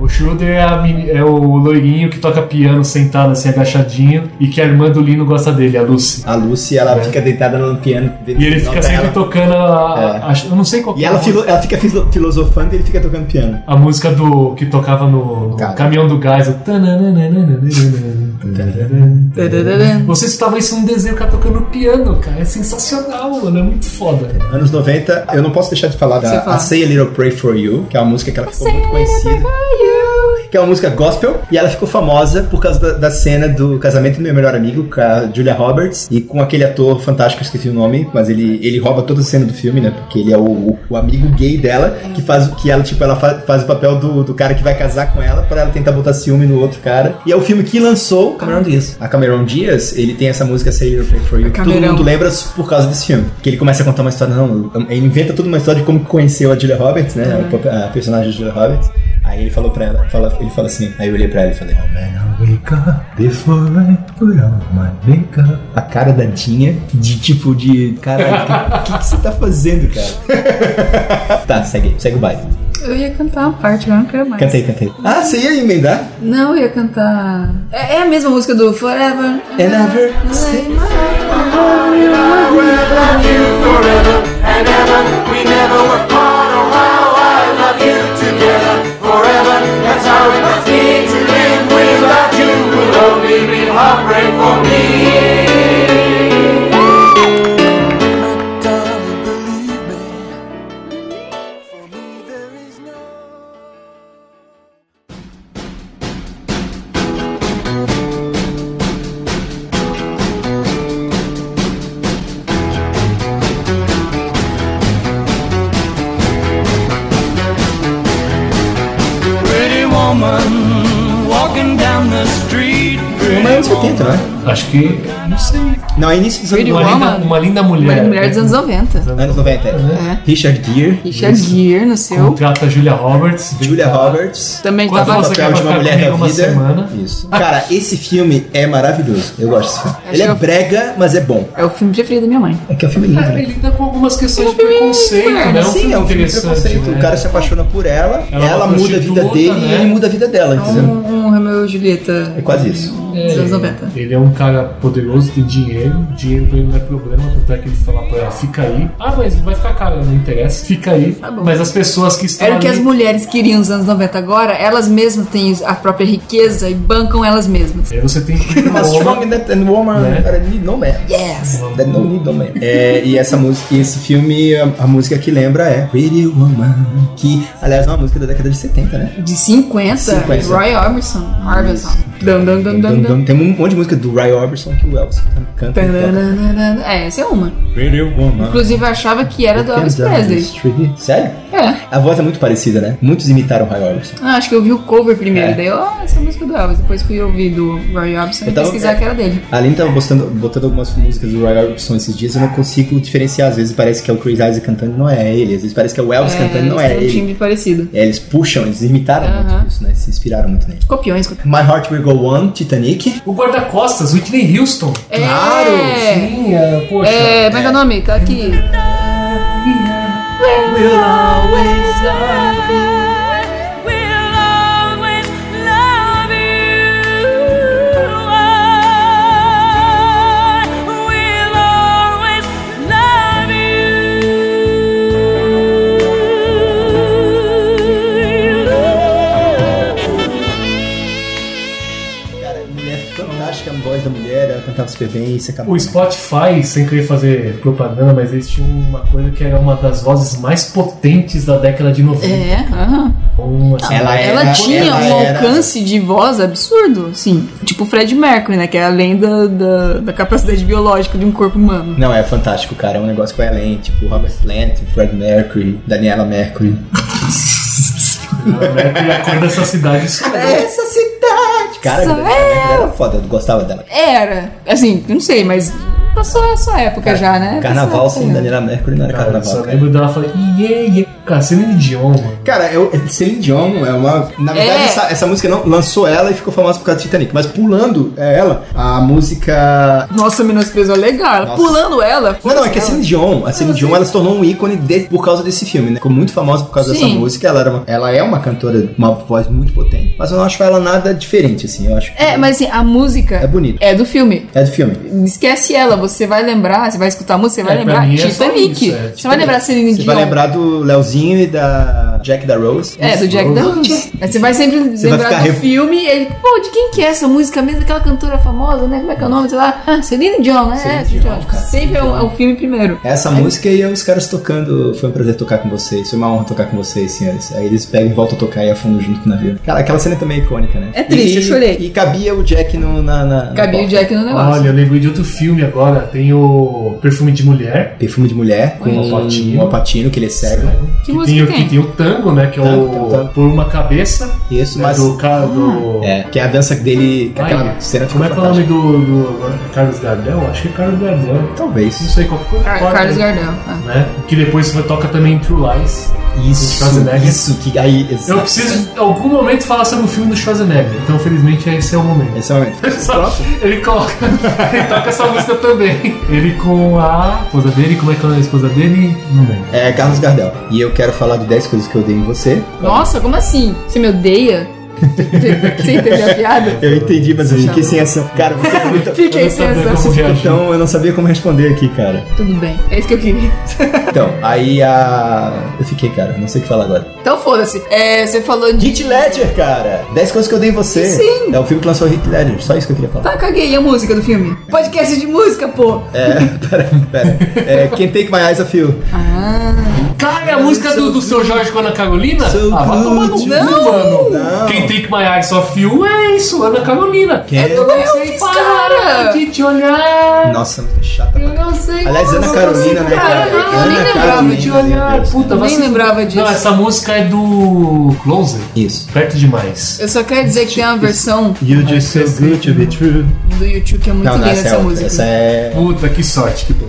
O Schroeder é, a meni- é o loirinho que toca piano sentado assim, agachadinho. E que a irmã do Lino gosta dele, a Lucy. A Lucy, ela É. fica deitada no piano. E ele fica nota sempre ela. tocando a, É. a- Eu não sei qual que E é ela, a, filo- música- ela fica filo- filosofando e ele fica tocando piano. a música do que tocava no, no Cara. caminhão do gás. o tananana. Uhum. Tadadadã. Você escutava isso num desenho que tá tocando piano, cara. É sensacional, mano. É muito foda. Anos 90, eu não posso deixar de falar Você da fala. I Say a Little Pray for You, que é uma música que ela ficou muito conhecida. Que é uma música gospel, e ela ficou famosa por causa da, da cena do casamento do meu melhor amigo, com a Julia Roberts, e com aquele ator fantástico, eu esqueci o nome, mas ele, ele rouba toda a cena do filme, né? Porque ele é o, o- o amigo gay dela, que faz o que ela, tipo, ela fa- faz o papel do, do cara que vai casar com ela pra ela tentar botar ciúme no outro cara. E é o filme que lançou Cameron Diaz. A Cameron Diaz, ele tem essa música Say a Little Pray for You. Todo Cameron. mundo lembra por causa desse filme. Que ele começa a contar uma história, não, ele inventa toda uma história de como conheceu a Julia Roberts, né? A pop- A, personagem da Julia Roberts. Aí ele falou pra ela, fala- ele fala assim, aí eu olhei pra ela e falei, oh man, I wake up before I put on my makeup. A cara da Dinha, de tipo de, caralho, o que, que você tá fazendo, cara? tá, segue, segue o baile. Eu ia cantar uma parte, agora eu não quero mais. Cantei, cantei. Ah, você ia emendar? Não, eu ia cantar. É, é a mesma música do Forever. And ever since- Darling, believe me. For me, there is no. Forever woman walking down the street. Uma é anos 70, né? Acho que. Não sei. Não, é início dos anos Pretty Uma 90. linda, Woman? uma linda Mulher, mulher. mulher dos anos 90. Anos 90. É. Richard Gere, Richard Gere no seu. Contrata a Julia Roberts. vem Julia cá. Roberts. Também Quanto tava. O você papel de quer uma ficar mulher da comigo uma vida. semana? Isso. Cara, esse filme é maravilhoso. Eu gosto desse filme. Ele que é eu- brega, mas é bom. É o filme preferido da minha mãe. É que é um filme lindo, Cara, né? ele lida com algumas questões de filme preconceito, moderno, né? É um Sim, filme é um filme de interessante. preconceito. né? O cara se apaixona por ela, Ela ela, é uma muda a vida prostituta, dele né? e ele muda a vida dela, entendeu? Um, um Romeu e Julieta É quase isso. dos anos 90. Ele é um cara poderoso, tem dinheiro, dinheiro pra ele não é problema, tanto é que ele fala pra ela, fica aí. Ah, mas vai ficar caro, não interessa, fica aí. Tá bom. mas as pessoas que estão Era o que as ali- mulheres queriam nos anos 90. Agora, elas mesmas têm a própria riqueza e bancam elas mesmas. Aí é, você tem que ir A pra Roma, strong that and woman Né? that need no man. Yes! That no need no man. É, e essa música, e esse filme, a, a música que lembra é Pretty Woman, que aliás é uma música da década de 70, né? De 50, 50. Roy Orbison. Orbison. Dum, dum, dum, dum, dum. Tem um monte de música do Ray Orbison que o Elvis canta. canta. Tananana. É, essa é uma. Pretty Woman. Inclusive, eu achava que era do Elvis Down the Presley. street. Sério? É. A voz é muito parecida, né? Muitos imitaram o Ray Orbison. Ah, acho que eu vi o cover primeiro. É. Daí eu, ah, essa música do Elvis. Depois fui ouvir do Roy Orbison Eu e tava- é, pesquisar que era dele. A Aline tava botando, botando algumas músicas do Roy Orbison esses dias, eu não consigo diferenciar. Às vezes parece que é o Chris Isaac cantando, não é ele. Às vezes parece que é o Elvis cantando, não é eles têm um ele. timbre parecido. É, eles puxam, eles imitaram Aham. muito isso, né? Se inspiraram muito nele. Copiões, copiões. My Heart Will Go On, Titanic. o guarda-costas, Whitney Houston. Claro, É, Sim, é, poxa. é, como é que é o nome? Tá aqui. Cara, mulher é fantástica, a voz da mulher, ela cantava super bem, isso acabou. O Spotify, sem querer fazer propaganda, mas eles tinham uma coisa que era uma das vozes mais potentes da década de 90. É, aham. Então, assim, Ela é- Ela Era- tinha ela um era- alcance de voz absurdo, sim. Tipo o Fred Mercury, né? Que é além da, da, da capacidade biológica de um corpo humano. Não, é fantástico, cara. É um negócio que vai além. Tipo, Robert Plant, Fred Mercury, Daniela Mercury. ela é a cor dessa cidade. Isso É. Essa cidade! Cara, Sou Daniela Mercury era foda, É. eu gostava dela. Era, assim, não sei, mas passou a sua época já, né? É, Carnaval Passou a sem época já. Daniela Mercury não era Cara, eu só carnaval, cara. lembro dela falando, iê, iê, cara, você não é idioma. Cara, eu, Celine Dion é uma. Na verdade, É. essa, essa música não lançou ela e ficou famosa por causa do Titanic. Mas pulando é ela, a música. Nossa, menosprezou legal. Ela Nossa. Pulando ela. Não, não, é que a ela. Celine Dion, a Celine Dion, ela se tornou um ícone de- por causa desse filme, né? Ficou muito famosa por causa dessa Sim. música. Ela, era uma- ela é uma cantora, uma voz muito potente. Mas eu não acho ela nada diferente, assim. Eu acho que É, mas assim, a música é bonita. é do filme. É do filme. Esquece ela, você vai lembrar, você vai escutar a música, você vai É, pra lembrar mim é só Titanic. isso, é, Você vai lembrar Celine Você Dion. vai lembrar do Leozinho e da Jack da Rose. É, do Jack Dawson. Mas você vai sempre Você vai lembrar ficar do ref- filme e ele, pô, de quem que é essa música mesmo? Daquela cantora famosa, né? Como é que é o nome? Sei lá. Ah, Celine Dion, né? Celine é, Celine Dion, Dion. cara. Sempre é o, é o filme primeiro. Essa música e os caras tocando. Foi um prazer tocar com vocês. Foi uma honra tocar com vocês, senhores. Aí eles pegam e voltam a tocar e afundam junto com o navio. Cara, aquela cena também é icônica, né? É triste, E- eu chorei. E cabia o Jack no, na, na. na Cabia o porta. Jack no negócio. Olha, eu lembrei de outro filme agora. Tem o Perfume de Mulher. Perfume de mulher com um Hum. o Alpatino, que ele é cego. que música tem, o- tem? Que tem o tango, né? Que é Tango, o tango, tango. Por Uma Cabeça. Isso, né, mas. Do cara Ah. do... É, que é a dança dele. Que Ai, aquela cena ficou como é que é o nome fantástica. do, do- Carlos Gardel? Acho que é Carlos Gardel. Não Talvez. sei, qualquer coisa. Car- pode, Carlos né? Gardel. tá. Né? Que depois você toca também True Lies. Isso, Schwarzenegger. isso, que aí. Eu preciso, em algum momento, falar sobre o filme do Schwarzenegger. Então, felizmente, esse é o momento. Esse é o momento. Ele coloca. Ele toca essa música também. Ele com a esposa dele, como é que é a esposa dele? Não lembro. É Carlos Gardel. E eu quero falar de 10 coisas que eu odeio em você. Nossa, como assim? Você me odeia? Você entendeu a piada? Eu entendi, mas eu fiquei sem ação. Cara, você é muito. Fiquei sem sabia essa. como reagir. Então eu não sabia como responder aqui, cara. Tudo bem. É isso que eu queria. Então, aí a. Eu fiquei, cara, não sei o que falar agora. Então foda-se. É, você falou de. Heath Ledger, cara! 10 coisas que eu dei em você. Sim. É o filme que lançou Heath Ledger, só isso que eu queria falar. Tá, caguei. E a música do filme? Podcast de música, pô. É, pera, pera. É, Can't Take My Eyes Off You. Cara, e a música do, do seu Jorge com a Ana Carolina? So ah, vai tomar no good. cu, Não! mano. Não. Quem tem que My Eyes Só Fio é isso, Ana Carolina. Can't- Eu não sei parar. Para! de te olhar. Nossa, muito chata. Eu não sei. Aliás, como Ana você Carolina, né, consegue- cara? Caralho, eu Ana nem lembrava Carolina, né? de meu olhar. Deus. Puta, Eu vai nem se- lembrava disso. Não, essa música é do Closer. Isso. Perto demais. Eu só quero dizer que tem uma versão You just so good to be true. do YouTube que é muito Não, não, linda essa é essa outra. música. Essa é. Puta, que sorte. Que bom.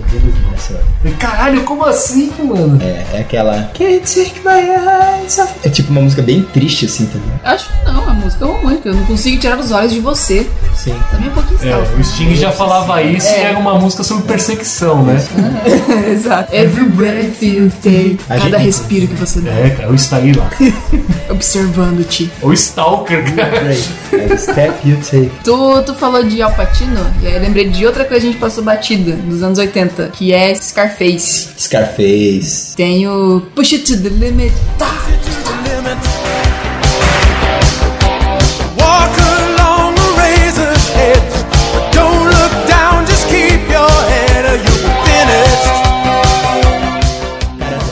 Essa é- Caralho, como assim, mano? É, é aquela. Can't take my eyes off. É tipo uma música bem triste, assim, também. Acho que não, a música é romântica. Eu não consigo tirar os olhos de você. Sim. Também é um pouquinho É, estranho. o Sting já falava isso É. e era uma música sobre perseguição, né? Exato. Every breath you take. A Cada gente- respiro que você dá. É, cara, eu estarei lá. Observando-te. O Stalker, cara. Every É step you take. Tu, tu falou de Al Pacino, e aí eu lembrei de outra coisa que a gente passou batida, dos anos 80, que é Scarface. Scarface. Tem o Push It To The Limit. Tá. Walk along a razor's edge, but don't look down. Just keep your head, or you'll be finished.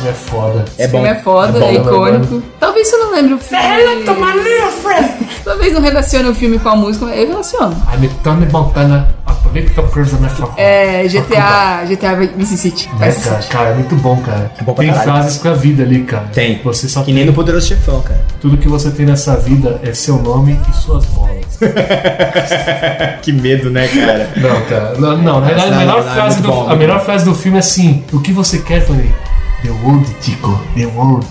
É foda. É Esse bom. filme é foda, é, bom. icônico. Talvez eu não lembre o filme. Talvez não relacione o filme com a música, mas eu relaciono. A Metane Montana, tá a política presa na faculdade. É GTA, GTA Vice City. É, Vice cara, City. cara, é muito bom, cara. É bom pra tem caralho. frases com a vida ali, cara. Tem. Você só Que tem. nem no Poderoso Chefão, cara. Tudo que você tem nessa vida é seu nome e suas bolas. Que medo, né, cara? Não, cara. Não, não, na verdade, a Não, melhor, não, é frase muito do, bom, a muito melhor frase do filme é assim: O que você quer, Tony? The world, Tico. The world.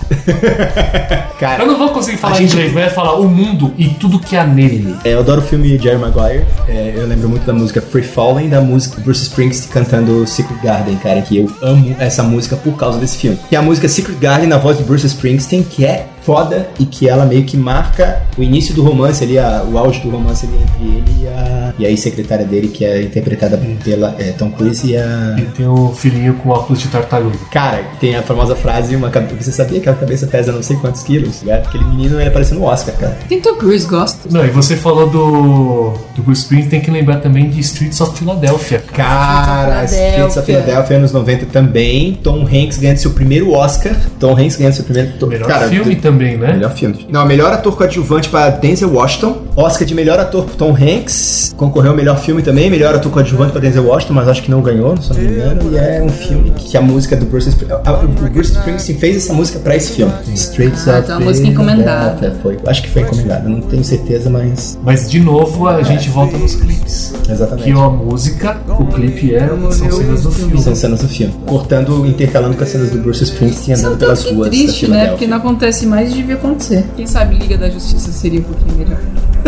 Cara, Eu não vou conseguir falar A gente- inglês, mas é falar o mundo e tudo que há nele. É, eu adoro o filme Jerry Maguire. É, eu lembro muito da música Free Falling, da música do Bruce Springsteen cantando Secret Garden, cara, que eu amo essa música por causa desse filme. Que é a música Secret Garden na voz do Bruce Springsteen, que é foda e que ela meio que marca o início do romance ali, a- o auge do romance ali entre ele e a... E aí, secretária dele, que é interpretada pela é, Tom Cruise e a... E tem o um filhinho com óculos de tartaruga. Cara, tem a famosa frase, uma cabeça... Você sabia que a cabeça pesa não sei quantos quilos? Cara? Aquele menino, ele apareceu no Oscar, cara. Tem Tom Cruise, gosto. Não, e você falou do, do Bruce Springsteen, tem que lembrar também de Streets of Philadelphia. cara. Cara, Streets of Philadelphia anos 90 também. Tom Hanks ganhando seu primeiro Oscar. Tom Hanks ganhando seu primeiro. to- Melhor cara, filme do- também, né? Melhor filme. Não, melhor ator coadjuvante para Denzel Washington. Oscar de melhor ator pro Tom Hanks. Concorreu ao melhor filme também. Melhor ator coadjuvante para Denzel Washington, mas acho que não ganhou, se eu não me engano. E é um filme que a música do Bruce Springsteen. a- O Bruce Springsteen fez essa música pra esse filme. Streets Ah, of então é uma música encomendada. Philadelphia Foi. Acho que foi encomendada, não tenho certeza, mas. Mas de novo É. a gente volta nos clipes. Exatamente. Que é uma música, o clipe é, são cenas do filme. São cenas do filme. Cortando, intercalando com as cenas do Bruce Springsteen andando São pelas é um tanto que É ruas. triste, da né? Filadélfia. Porque não acontece mais e devia acontecer. Quem sabe Liga da Justiça seria um pouquinho melhor.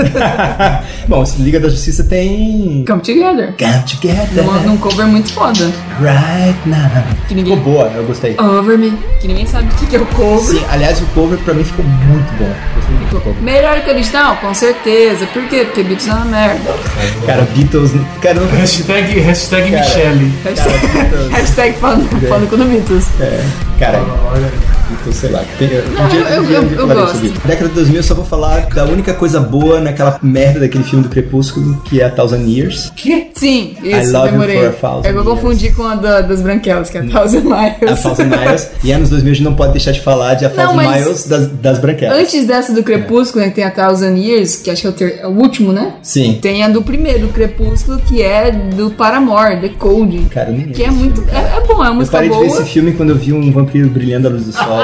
Bom, se Liga da Justiça tem. Come Together. Come together Num, num É um cover muito foda. right now. Que Ficou ninguém. boa, eu gostei. Over Me. Que ninguém sabe o que que é o cover. Sim, aliás, o cover pra mim ficou muito bom. Gostei muito do cover. Melhor que o original? Com certeza. Por quê? Porque Beatles é uma merda. Cara, Beatles. Cara, eu não. Hashtag, hashtag Michelle. Cara, Beatles. Hashtag falando, falando com o Beatles. É, cara, Beatles, sei lá. Tem, um dia, eu- um dia eu- dia eu falarei gosto. sobre isso. Década de 2000, eu só vou falar da única coisa boa naquela merda daquele filme do Crepúsculo, que é a Thousand Years. Sim, isso, love you demorei. for a thousand é que eu confundi com a da- das branquelas, que é a Thousand A Miles. Thousand Miles. E anos 2000 a gente não pode deixar de falar de A Thousand mas- Miles das, das branquelas. Antes dessa do Crepúsculo, né, tem a Thousand Years, que acho que é o, ter- é o último, né? Sim. Tem a do primeiro Crepúsculo, que é do Paramore, The Cold. Cara, eu nem que é lembro desse muito. filme, cara. É, é bom, é uma Eu música parei boa. de ver esse filme quando eu vi um vampiro brilhando à luz do sol.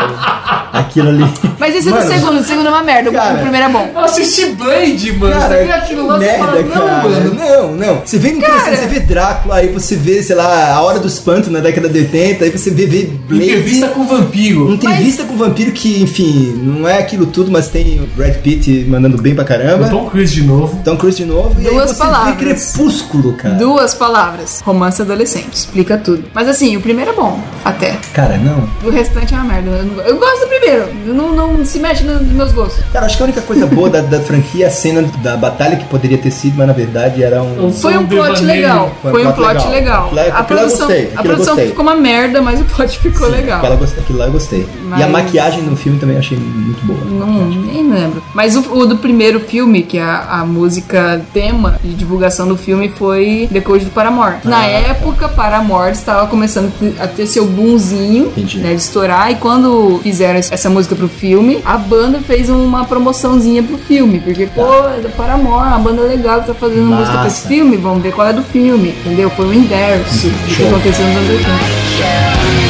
Aquilo ali. Mas esse é do Mano, segundo, o segundo é uma merda, o- Cara. o primeiro é bom. Eu assisti Blade, mano. Cara, você vê aquilo lá que e fala, merda, não, cara. mano. Não, não. Você vê no interessante, você vê Drácula, aí você vê, sei lá, A Hora do Espanto na década de 80, aí você vê, vê Entrevista Blade. com vampiro. Entrevista com vampiro que, enfim, não é aquilo tudo, mas tem o Brad Pitt mandando bem pra O caramba. Tom Cruise de novo. Tom Cruise de novo. e aí Duas você palavras. vê Crepúsculo, cara. Duas palavras. Romance adolescente, explica tudo. Mas assim, o primeiro é bom, até. Cara, não. O restante é uma merda. Eu, não- eu gosto do primeiro. Não, não se mexe no- nos meus gostos. Cara, acho que a única coisa boa da, da franquia é a cena da batalha que poderia ter sido, mas na verdade era um. Foi um plot devaneio. legal. Foi um plot legal. Aquilo- A aquilo eu produção, gostei, a aquilo eu produção gostei. ficou uma merda, mas o plot ficou legal. Aquela gost- Aquilo lá eu gostei. E a Mas- maquiagem no filme também eu achei muito boa. Não, nem lembro. Mas o, o do primeiro filme, que é a, a música tema de Ah, tá. divulgação do filme foi The Code do Paramore. Na época, Paramore estava começando a ter seu boomzinho, Entendi. né, de estourar. E quando fizeram essa música pro filme, a banda fez uma promoçãozinha pro filme, porque, pô, é do Paramore, uma banda legal que tá fazendo música pra esse Tá. Massa. filme, vamos ver qual é do filme, entendeu? Foi um inverso do que Show. aconteceu nos anos 80.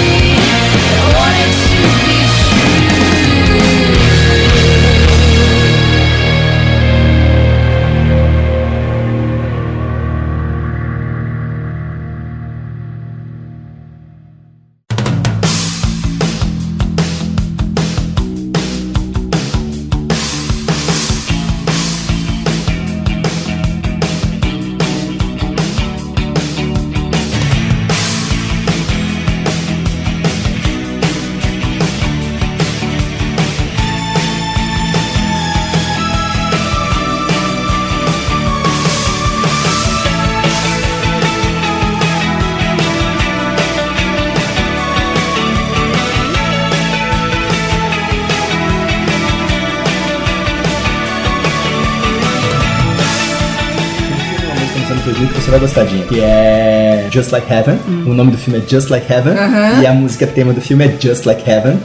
Tem uma música nos anos 2000 que você vai gostar, Dinha, que é Just Like Heaven. O nome do filme é Just Like Heaven. Hum. Aham. E a música tema do filme é Just Like Heaven,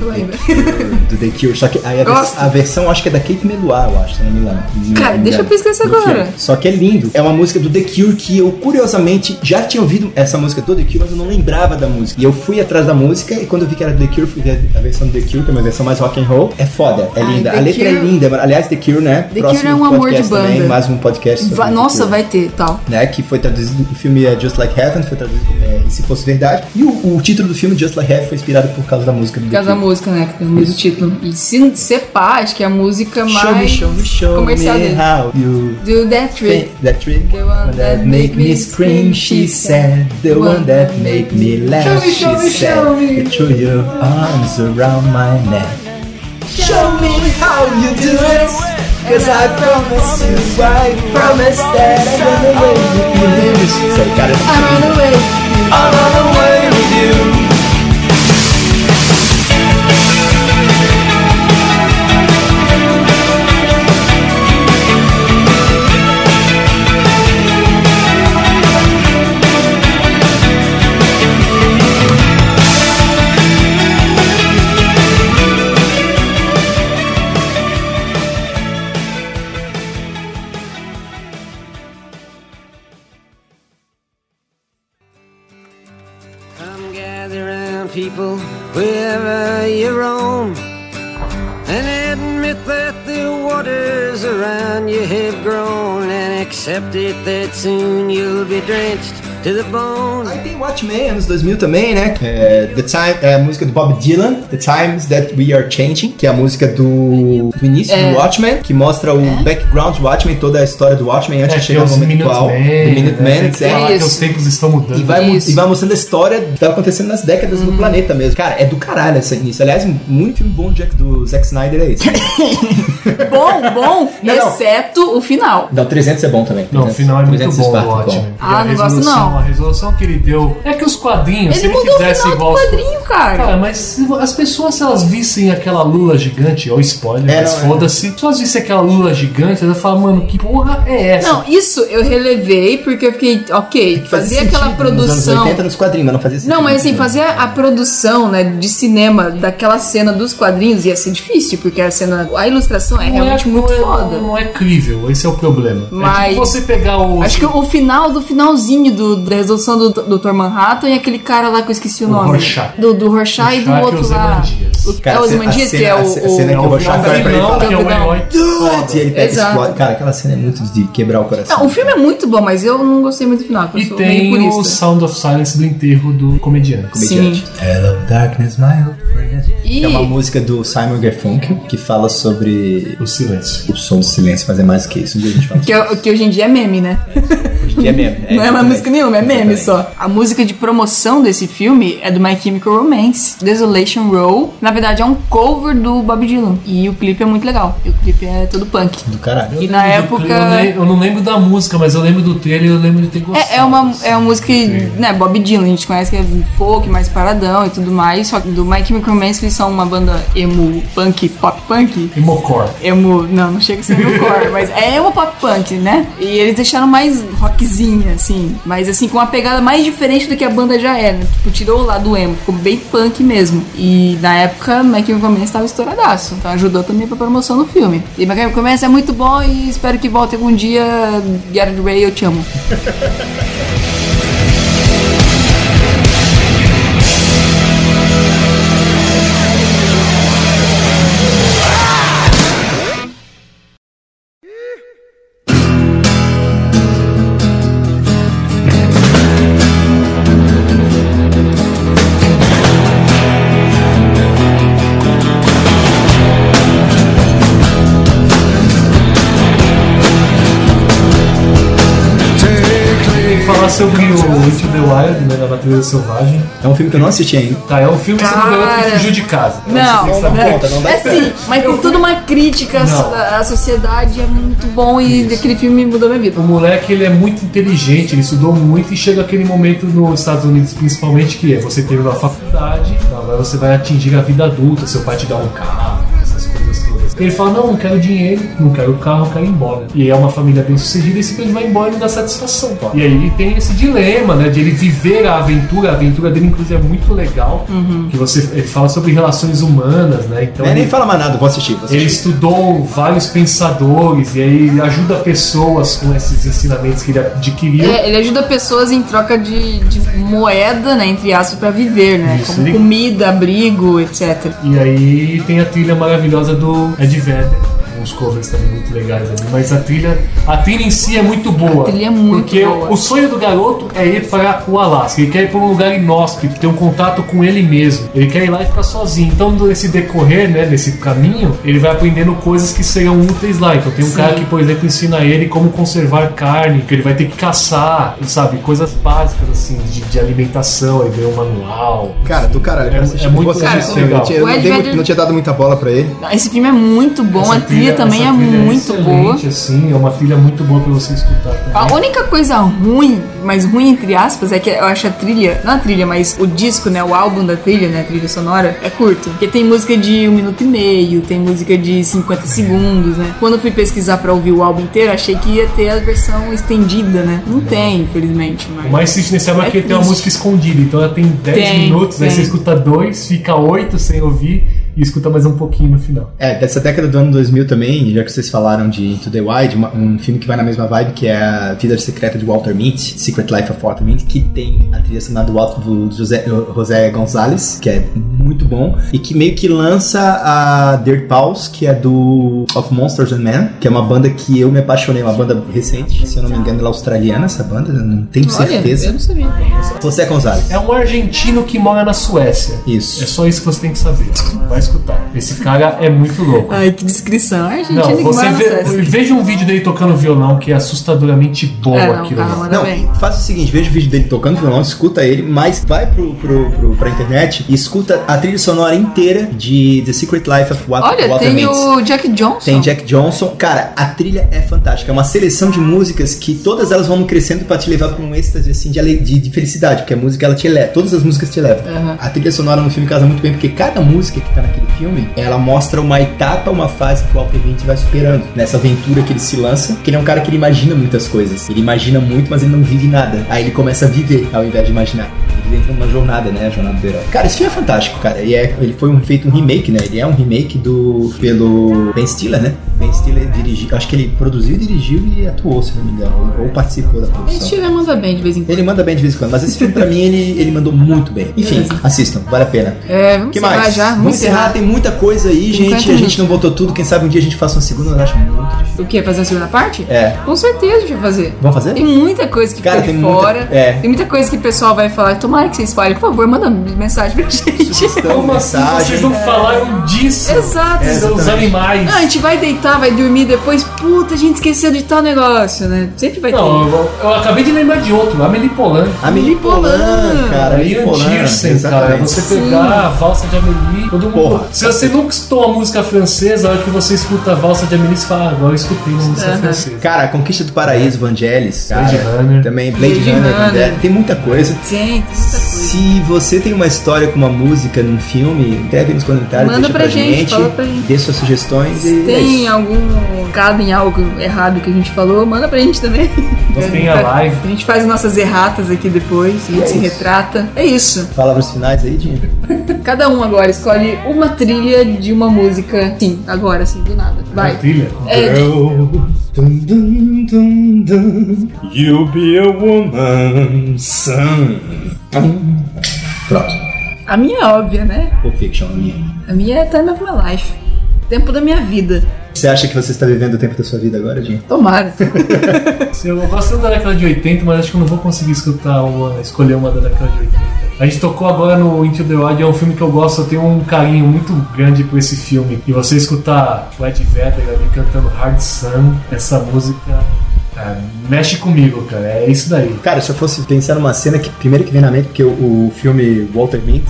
Eu lembro. do The Cure. Só que aí a, Gosto. vers a versão acho que é da Kate Melua, eu acho, se não me engano. Não Cara, me deixa engano, eu pesquisar isso do agora. filme. Só que é lindo. É uma música do The Cure que eu, curiosamente, já tinha ouvido essa música do The Cure, mas eu não lembrava da música. E eu fui atrás da música e quando eu vi que era do The Cure, fui ver a versão do The Cure, que é uma versão mais rock and roll. É foda, é Ai, linda. The a letra é Cure- linda. Aliás, The Cure, né? The Cure é um amor de podcast também, banda. mais um podcast. sobre Va- The Nossa, Cure vai ter, tal. né, que foi traduzido, o filme é Just Like Heaven, foi traduzido como é, E Se Fosse Verdade, e o, o título do filme Just Like Heaven foi inspirado por causa da música do Por causa da The música, né? Que tem o mesmo título. E se separ, acho que é a música Cure. Show me, mais show me, show comercial me dele. how you Do That Trick. think that trick The one that make me scream, she said The one that make me Show laugh, me, she show me, said show me. Put your arms around my neck Show me how you do it Cause I promise you, I promise that I'm gonna wait with you Isso aí, cara, I run away. Come gather round, people, wherever you roam, and admit that the waters around you have grown, and accept it that soon you'll be drenched to the bone. Aí tem Watchmen, anos 2000 também, né? É, The Time, é a música do Bob Dylan, The Times That We Are Changing, que é a música do, do início É. do Watchmen, que mostra o background do Watchmen, toda a história do Watchmen antes É, de tem chegar no os um momento atual. The Minutemen, Minutemen, né? Tem que etc. falar que Isso. os tempos estão mudando. E vai, mu- Isso. e vai mostrando a história do que tava acontecendo nas décadas Uhum. do planeta mesmo. Cara, é do caralho essa isso. Aliás, muito filme bom do Jack- do Zack Snyder é esse. Bom, bom, Não, não. exceto o final. Não, 300 é bom também. Não, o 300 final é muito 300 bom do Esparta, Watchmen. Ah, E a não gosto resolução, não. A resolução que ele deu é que os quadrinhos, se Ele ele mudou o fizesse final igual do os- quadrinho, cara. Cara, mas se as pessoas se elas vissem aquela lula gigante, ou spoiler, É, mas não, é. foda-se, se elas vissem aquela lula gigante, elas falam, mano, que porra é essa? Não, isso eu relevei porque eu fiquei, ok, fazia sentido aquela Nos anos produção. 80 nos quadrinhos, mas não fazia sentido. Não, mas assim, Né? fazer a produção né, de cinema daquela cena dos quadrinhos ia ser difícil, porque a cena. A ilustração é Não realmente não muito é- foda. Não é crível, esse é o problema. É Mas- tipo você pegar o. Acho que o final do finalzinho do- da resolução do Dr. Manhattan e aquele cara lá que eu esqueci o nome. Rorschach. Do, do Rorschach e do Rorschach e outro o lá. Zemandias. O, Cara, é o a cena- Zemandias a que é cena- o. a cena é que eu o... o vou achar vilão, que é o pra ele vilão, falar. que é o herói. Dude! E ele pega e Exato. explode. Cara, aquela cena é muito de quebrar o coração. Não, o filme é muito bom, mas eu não gostei muito do final. porque E Eu sou meio tem o purista. Sound of Silence do enterro do comediante. Comediante. Hello, darkness, my old friend. E- É uma música do Simon Garfunkel que fala sobre O silêncio. o som do silêncio, mas é mais que isso. Um dia a gente fala Que, é- que hoje em dia é meme, né? sobre que é meme. não é uma exatamente. música nenhuma, é meme Exatamente. só. A música de promoção desse filme é do My Chemical Romance, Desolation Row. Na verdade, é um cover do Bob Dylan. E o clipe é muito legal. E o clipe é todo punk. Do caralho. E na Eu lembro do- época. Eu, le- eu não lembro da música, mas eu lembro do trailer e eu lembro de ter gostado. assim. É, é uma, é uma música, que, né, Bob Dylan, a gente conhece que é folk, mais paradão e tudo mais, só que do My Chemical Romance, que eles são uma banda emo punk, pop punk, E Mocor. emo, não, não chega a ser emo core, mas é emo pop punk, né? E eles deixaram mais rockzinha, assim, mas assim, assim, com uma pegada mais diferente do que a banda já era. né? Tipo, tirou o lado emo, ficou bem punk mesmo. E na época, Mac Command estava estouradaço, então ajudou também pra promoção no filme. E Mac Command é muito bom e espero que volte algum dia. Garrett Ray, eu te amo. E falar sobre o Into the Wild, né, da Natureza Selvagem. É um filme que eu não assisti ainda. Tá, é um filme sobre um garoto que Cara. fugiu de casa. Não, Não, não né? conta, não dá é sim, mas tem toda uma crítica à so- Não. à sociedade, é muito bom e aquele filme mudou minha vida. O moleque ele é muito inteligente, ele estudou muito e chega aquele momento nos Estados Unidos, principalmente, que é você terminou a faculdade, então agora você vai atingir a vida adulta, seu pai te dá um carro, essas coisas todas. Ele fala: Não, não quero dinheiro, não quero carro, quero ir embora. E é uma família bem sucedida e simplesmente vai embora e não dá satisfação. pô. E aí ele tem esse dilema, né, de ele viver a aventura. A aventura dele, inclusive, é muito legal, que você ele fala sobre relações humanas, né, então. É, ele- nem fala mais nada, vou assistir. Vou ele assistir. estudou vários pensadores e aí ele ajuda pessoas com esses ensinamentos que ele adquiriu. É, ele ajuda pessoas em troca de, de moeda, né, entre aspas, pra viver, né? Isso, como ele- comida, abrigo, etc. E aí tem a trilha maravilhosa do Ed Vedder. Uns covers também muito legais ali, mas a trilha, a trilha em si é muito boa. A trilha é muito Porque boa. o sonho do garoto é ir para o Alasca. Ele quer ir para um lugar inóspito, ter um contato com ele mesmo. Ele quer ir lá e ficar sozinho. Então, nesse decorrer, né, nesse caminho, ele vai aprendendo coisas que serão úteis lá. Então, tem um cara que, por exemplo, ensina ele como conservar carne, que ele vai ter que caçar, sabe? Coisas básicas, assim, de, de alimentação. Ele ganha um manual. Cara, do caralho, eu quero É- assistir. é muito Vou assistir cara, esse filme. legal. Eu tinha- eu O não, Ed dei mu- Vedder- não tinha dado muita bola pra ele. Esse filme é muito bom, Essa a trilha, também essa é trilha muito boa. excelente, assim, é uma trilha muito boa pra você escutar A também. única coisa ruim, mas ruim entre aspas, é que eu acho a trilha, não a trilha, mas o disco, né, o álbum da trilha, né, a trilha sonora, é curto. Porque tem música de um minuto e meio, tem música de 50 segundos, né. Quando eu fui pesquisar pra ouvir o álbum inteiro, achei que ia ter a versão estendida, né. Não tem, infelizmente, O mas... mais triste nesse álbum é É que ele tem uma triste. música escondida, então ela tem 10 Tem, minutos, aí tem. você escuta dois, fica oito sem ouvir e escuta mais um pouquinho no final. É, dessa década do ano 2000 também, já que vocês falaram de Into the Wild, uma- um filme que vai na mesma vibe, que é a Vida Secreta de Walter Mitty, Secret Life of Walter Mitty, que tem a trilha sonora do, Walter- do José, José Gonzalez, que é muito bom, e que meio que lança a Dirt Pals, que é do Of Monsters and Men, que é uma banda que eu me apaixonei, uma banda recente, se eu não me engano, ela é australiana, essa banda, eu não tenho Olha, eu certeza. não sabia. José Gonzalez. É um argentino que mora na Suécia. Isso. É só isso que você tem que saber. Vai escutar. Esse cara é muito louco. Ai, que descrição. Ai, gente, Não, ele É um que você mora no vê, Sesc. veja um vídeo dele tocando violão que é assustadoramente bom É, não, aquilo. cara, lá. manda Não, bem. faça o seguinte, veja o vídeo dele tocando violão, escuta ele, mas vai pro, pro, pro- pra internet e escuta a trilha sonora inteira de The Secret Life of Wa- Walter Olha, tem Mitty. o Jack Johnson. Tem Jack Johnson. Cara, a trilha é fantástica. É uma seleção de músicas que todas elas vão crescendo pra te levar pra um êxtase assim, de, ale- de, de felicidade, porque a música ela te leva. Todas as músicas te levam. A trilha sonora no filme casa muito bem, porque cada música que tá naquele filme, ela mostra uma etapa, uma fase que o Walter Mitty vai superando. Nessa aventura que ele se lança, que ele é um cara que ele imagina muitas coisas. Ele imagina muito, mas ele não vive nada. Aí ele começa a viver ao invés de imaginar. Ele entra numa jornada, né? A jornada do herói. Cara, esse filme é fantástico, cara. E é, ele foi um- feito um remake, né? Ele é um remake do pelo Ben Stiller, né? Ben Stiller dirigiu. Acho que ele produziu, dirigiu e atuou, se não me engano. Ou participou da A gente produção. chega manda bem de vez em quando. Ele manda bem de vez em quando, mas esse filme pra mim ele, ele mandou muito bem. Enfim, assistam, vale a pena. É, vamos que encerrar mais? já. Vamos encerrar, tem muita coisa aí, gente. 50 A gente minutos. não botou tudo. Quem sabe um dia a gente faça uma segunda, eu acho muito difícil. O quê? Fazer a segunda parte? É. Com certeza a gente vai fazer. Vamos fazer? Tem muita coisa que Cara, fica de tem muita- fora. é. Tem muita coisa que o pessoal vai falar. Tomara que vocês falem. Por favor, manda mensagem pra gente. Então, Como assim mensagem. vocês não falaram disso? Exato. Vocês são os exatamente. animais. Não, Ah, a gente vai deitar, vai dormir depois. Puta, a gente esqueceu de tal negócio, né? Sempre vai Não, eu, eu acabei de lembrar de outro, Amelie Polan. Amelie Polan, Polan, cara. Ian Polan, Tiersen, cara. exatamente. Você pegar a valsa de Amelie e todo mundo. Porra. Se você nunca escutou uma música francesa, a hora que você escuta a valsa de Amélie, você fala, ah, agora eu escutei uma música Aham. francesa. Cara, Conquista do Paraíso, Vangelis, Blade cara, Runner. também Blade, Blade Runner, Runner. Vangelis, tem muita coisa. Tem, tem muita coisa. Se você tem uma história com uma música num filme, escreve aí nos comentários, Manda deixa pra, pra gente, fala pra gente. dê suas sugestões e é Tem isso. algum caso em algo errado que a gente falou, manda pra gente também. Nós tem a live. A gente faz nossas erratas aqui depois, a gente É se isso. retrata. É isso. Palavras finais aí, Dinho. Cada um agora escolhe uma trilha de uma música. Sim, agora, assim, do nada. Vai. Trilha. É, Girl, dun, dun, dun, dun. You'll be a woman, son. Pronto. a minha é óbvia, né? Pulp Fiction, a minha. A minha é Time of My Life. Tempo da minha vida. Você acha que você está vivendo o tempo da sua vida agora, Dinho? Tomara. Eu gosto tanto da década de 80, mas acho que eu não vou conseguir escutar uma, escolher uma da década de 80. A gente tocou agora no Into the Wild, é um filme que eu gosto, eu tenho um carinho muito grande por esse filme. E você escutar o Ed Vedder ali cantando Hard Sun, essa música cara, mexe comigo, cara. É isso daí. Cara, se eu fosse pensar numa cena que primeiro que vem na mente, porque o, o filme Walter Mitty,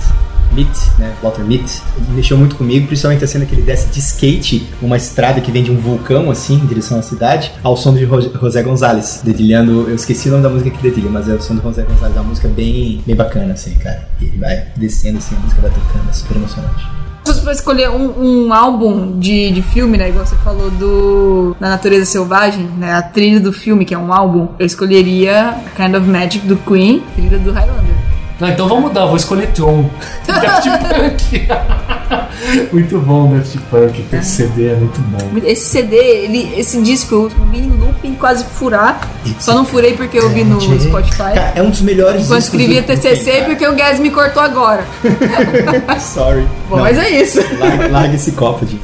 Mitty, né? Walter Mitty, ele mexeu muito comigo, principalmente a cena que ele desce de skate, uma estrada que vem de um vulcão, assim, em direção à cidade, ao som de Ro- José Gonzalez, dedilhando. Eu esqueci o nome da música que dedilha, mas é o som do José Gonzalez, é uma música bem, bem bacana, assim, cara. Ele vai descendo, assim, a música vai tocando, é super emocionante. Se você for escolher um, um álbum de, de filme, né? Igual você falou do Da Natureza Selvagem, né? A trilha do filme, que é um álbum, eu escolheria Kind of Magic do Queen, trilha do Highlander. Não, então vamos mudar, vou escolher Tron. Daft Punk. muito bom, Daft Punk. Esse CD é muito bom. Esse CD, ele, esse disco, eu vi em looping quase furar. Só não furei porque eu vi no Spotify. Cara, é um dos melhores Enquanto discos escrevia do- do TCC, tempo, porque o Guedes me cortou agora. cara. Sorry. Bom, Não, mas é isso. larga, larga esse copo, de.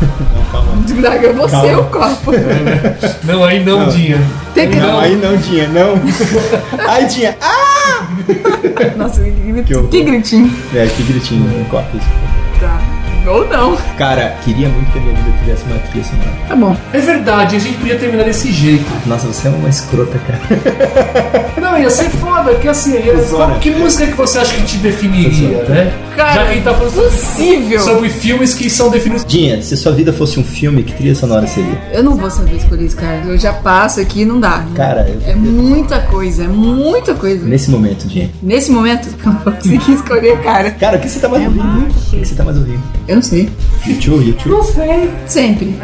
Não, calma. Draga, você Calma. é o copo. Não, aí não, Não. Dinha. Tem que- Não, aí não, Dinha, não. Ai, Dinha. Ah! Nossa, que, grito- Que horror. que gritinho. É, que gritinho, não corta isso. Tá. Ou não. Cara, queria muito que a minha vida tivesse uma trilha sonora. Tá bom. É verdade, a gente podia terminar desse jeito. Nossa, você é uma escrota, cara. Não, ia ser foda, que assim, ia- Zona. qual- que música que você acha que te definiria, né? Cara, Já que a gente tá falando impossível. sobre filmes que são definidos. Dinha, se sua vida fosse um filme, que trilha sonora seria? Eu não vou saber escolher isso, cara. Eu já passo aqui e não dá. Cara, eu- É muita coisa, é muita coisa. nesse momento, Dinha. Nesse momento, eu não vou conseguir escolher, cara. Cara, o que você tá mais ouvindo? O que você tá mais ouvindo? Eu não sei. YouTube, YouTube. Não sei. Sempre.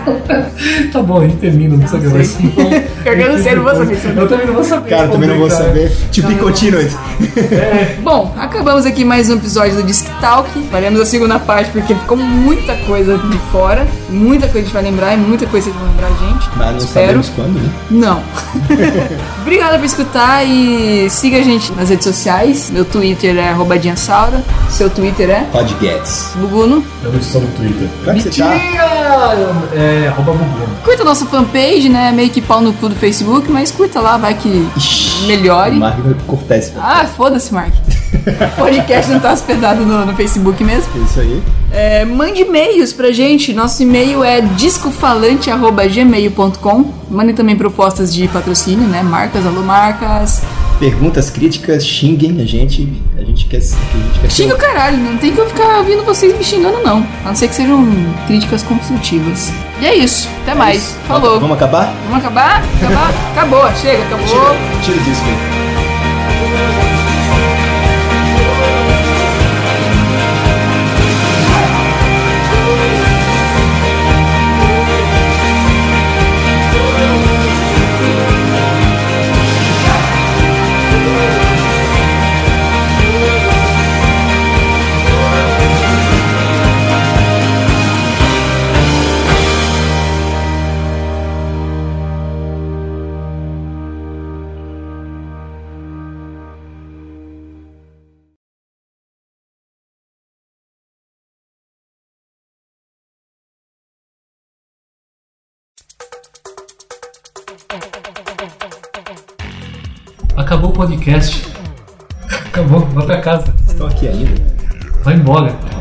Tá bom, a gente termina, não sei o que vai ser. Pior que eu não sei, não vou saber. então. Eu também não vou saber. Cara, eu também não vou responder, saber. To be continued. Bom, acabamos aqui mais um episódio do Disc Talk. Faremos a segunda parte porque ficou muita coisa de fora. Muita coisa a gente vai lembrar e muita coisa que vão lembrar a gente. Mas não Espero. sabemos quando, né? Não. Obrigada por escutar e siga a gente nas redes sociais. Meu Twitter é arrobadinhasaura. Seu Twitter é Pod Gets. Buguno. Eu não estou no Twitter. Claro que você Mentira! tá. É, arroba Buguna. Curta a nossa fanpage, né? Meio que pau no cu do Facebook, mas curta lá, vai que melhore. O Mark vai cortar esse. Ah, foda-se, Mark. O podcast não tá hospedado no, no Facebook mesmo. É Isso aí. É, mande e-mails pra gente. Nosso e-mail é discofalante.gmail.com. Mandem também propostas de patrocínio, né? Marcas, alô, marcas. Perguntas, críticas, xinguem a gente. A gente quer. A gente quer Xinga o caralho, não tem que eu ficar ouvindo vocês me xingando, não. A não ser que sejam críticas construtivas. E é isso, até mais. Falou. Vamos Vamos... acabar? acabar? Acabar? Acabou, chega, acabou. Tira, tira o disco aí. Acabou o podcast. Acabou, vai pra casa. Estão aqui ainda. Vai embora.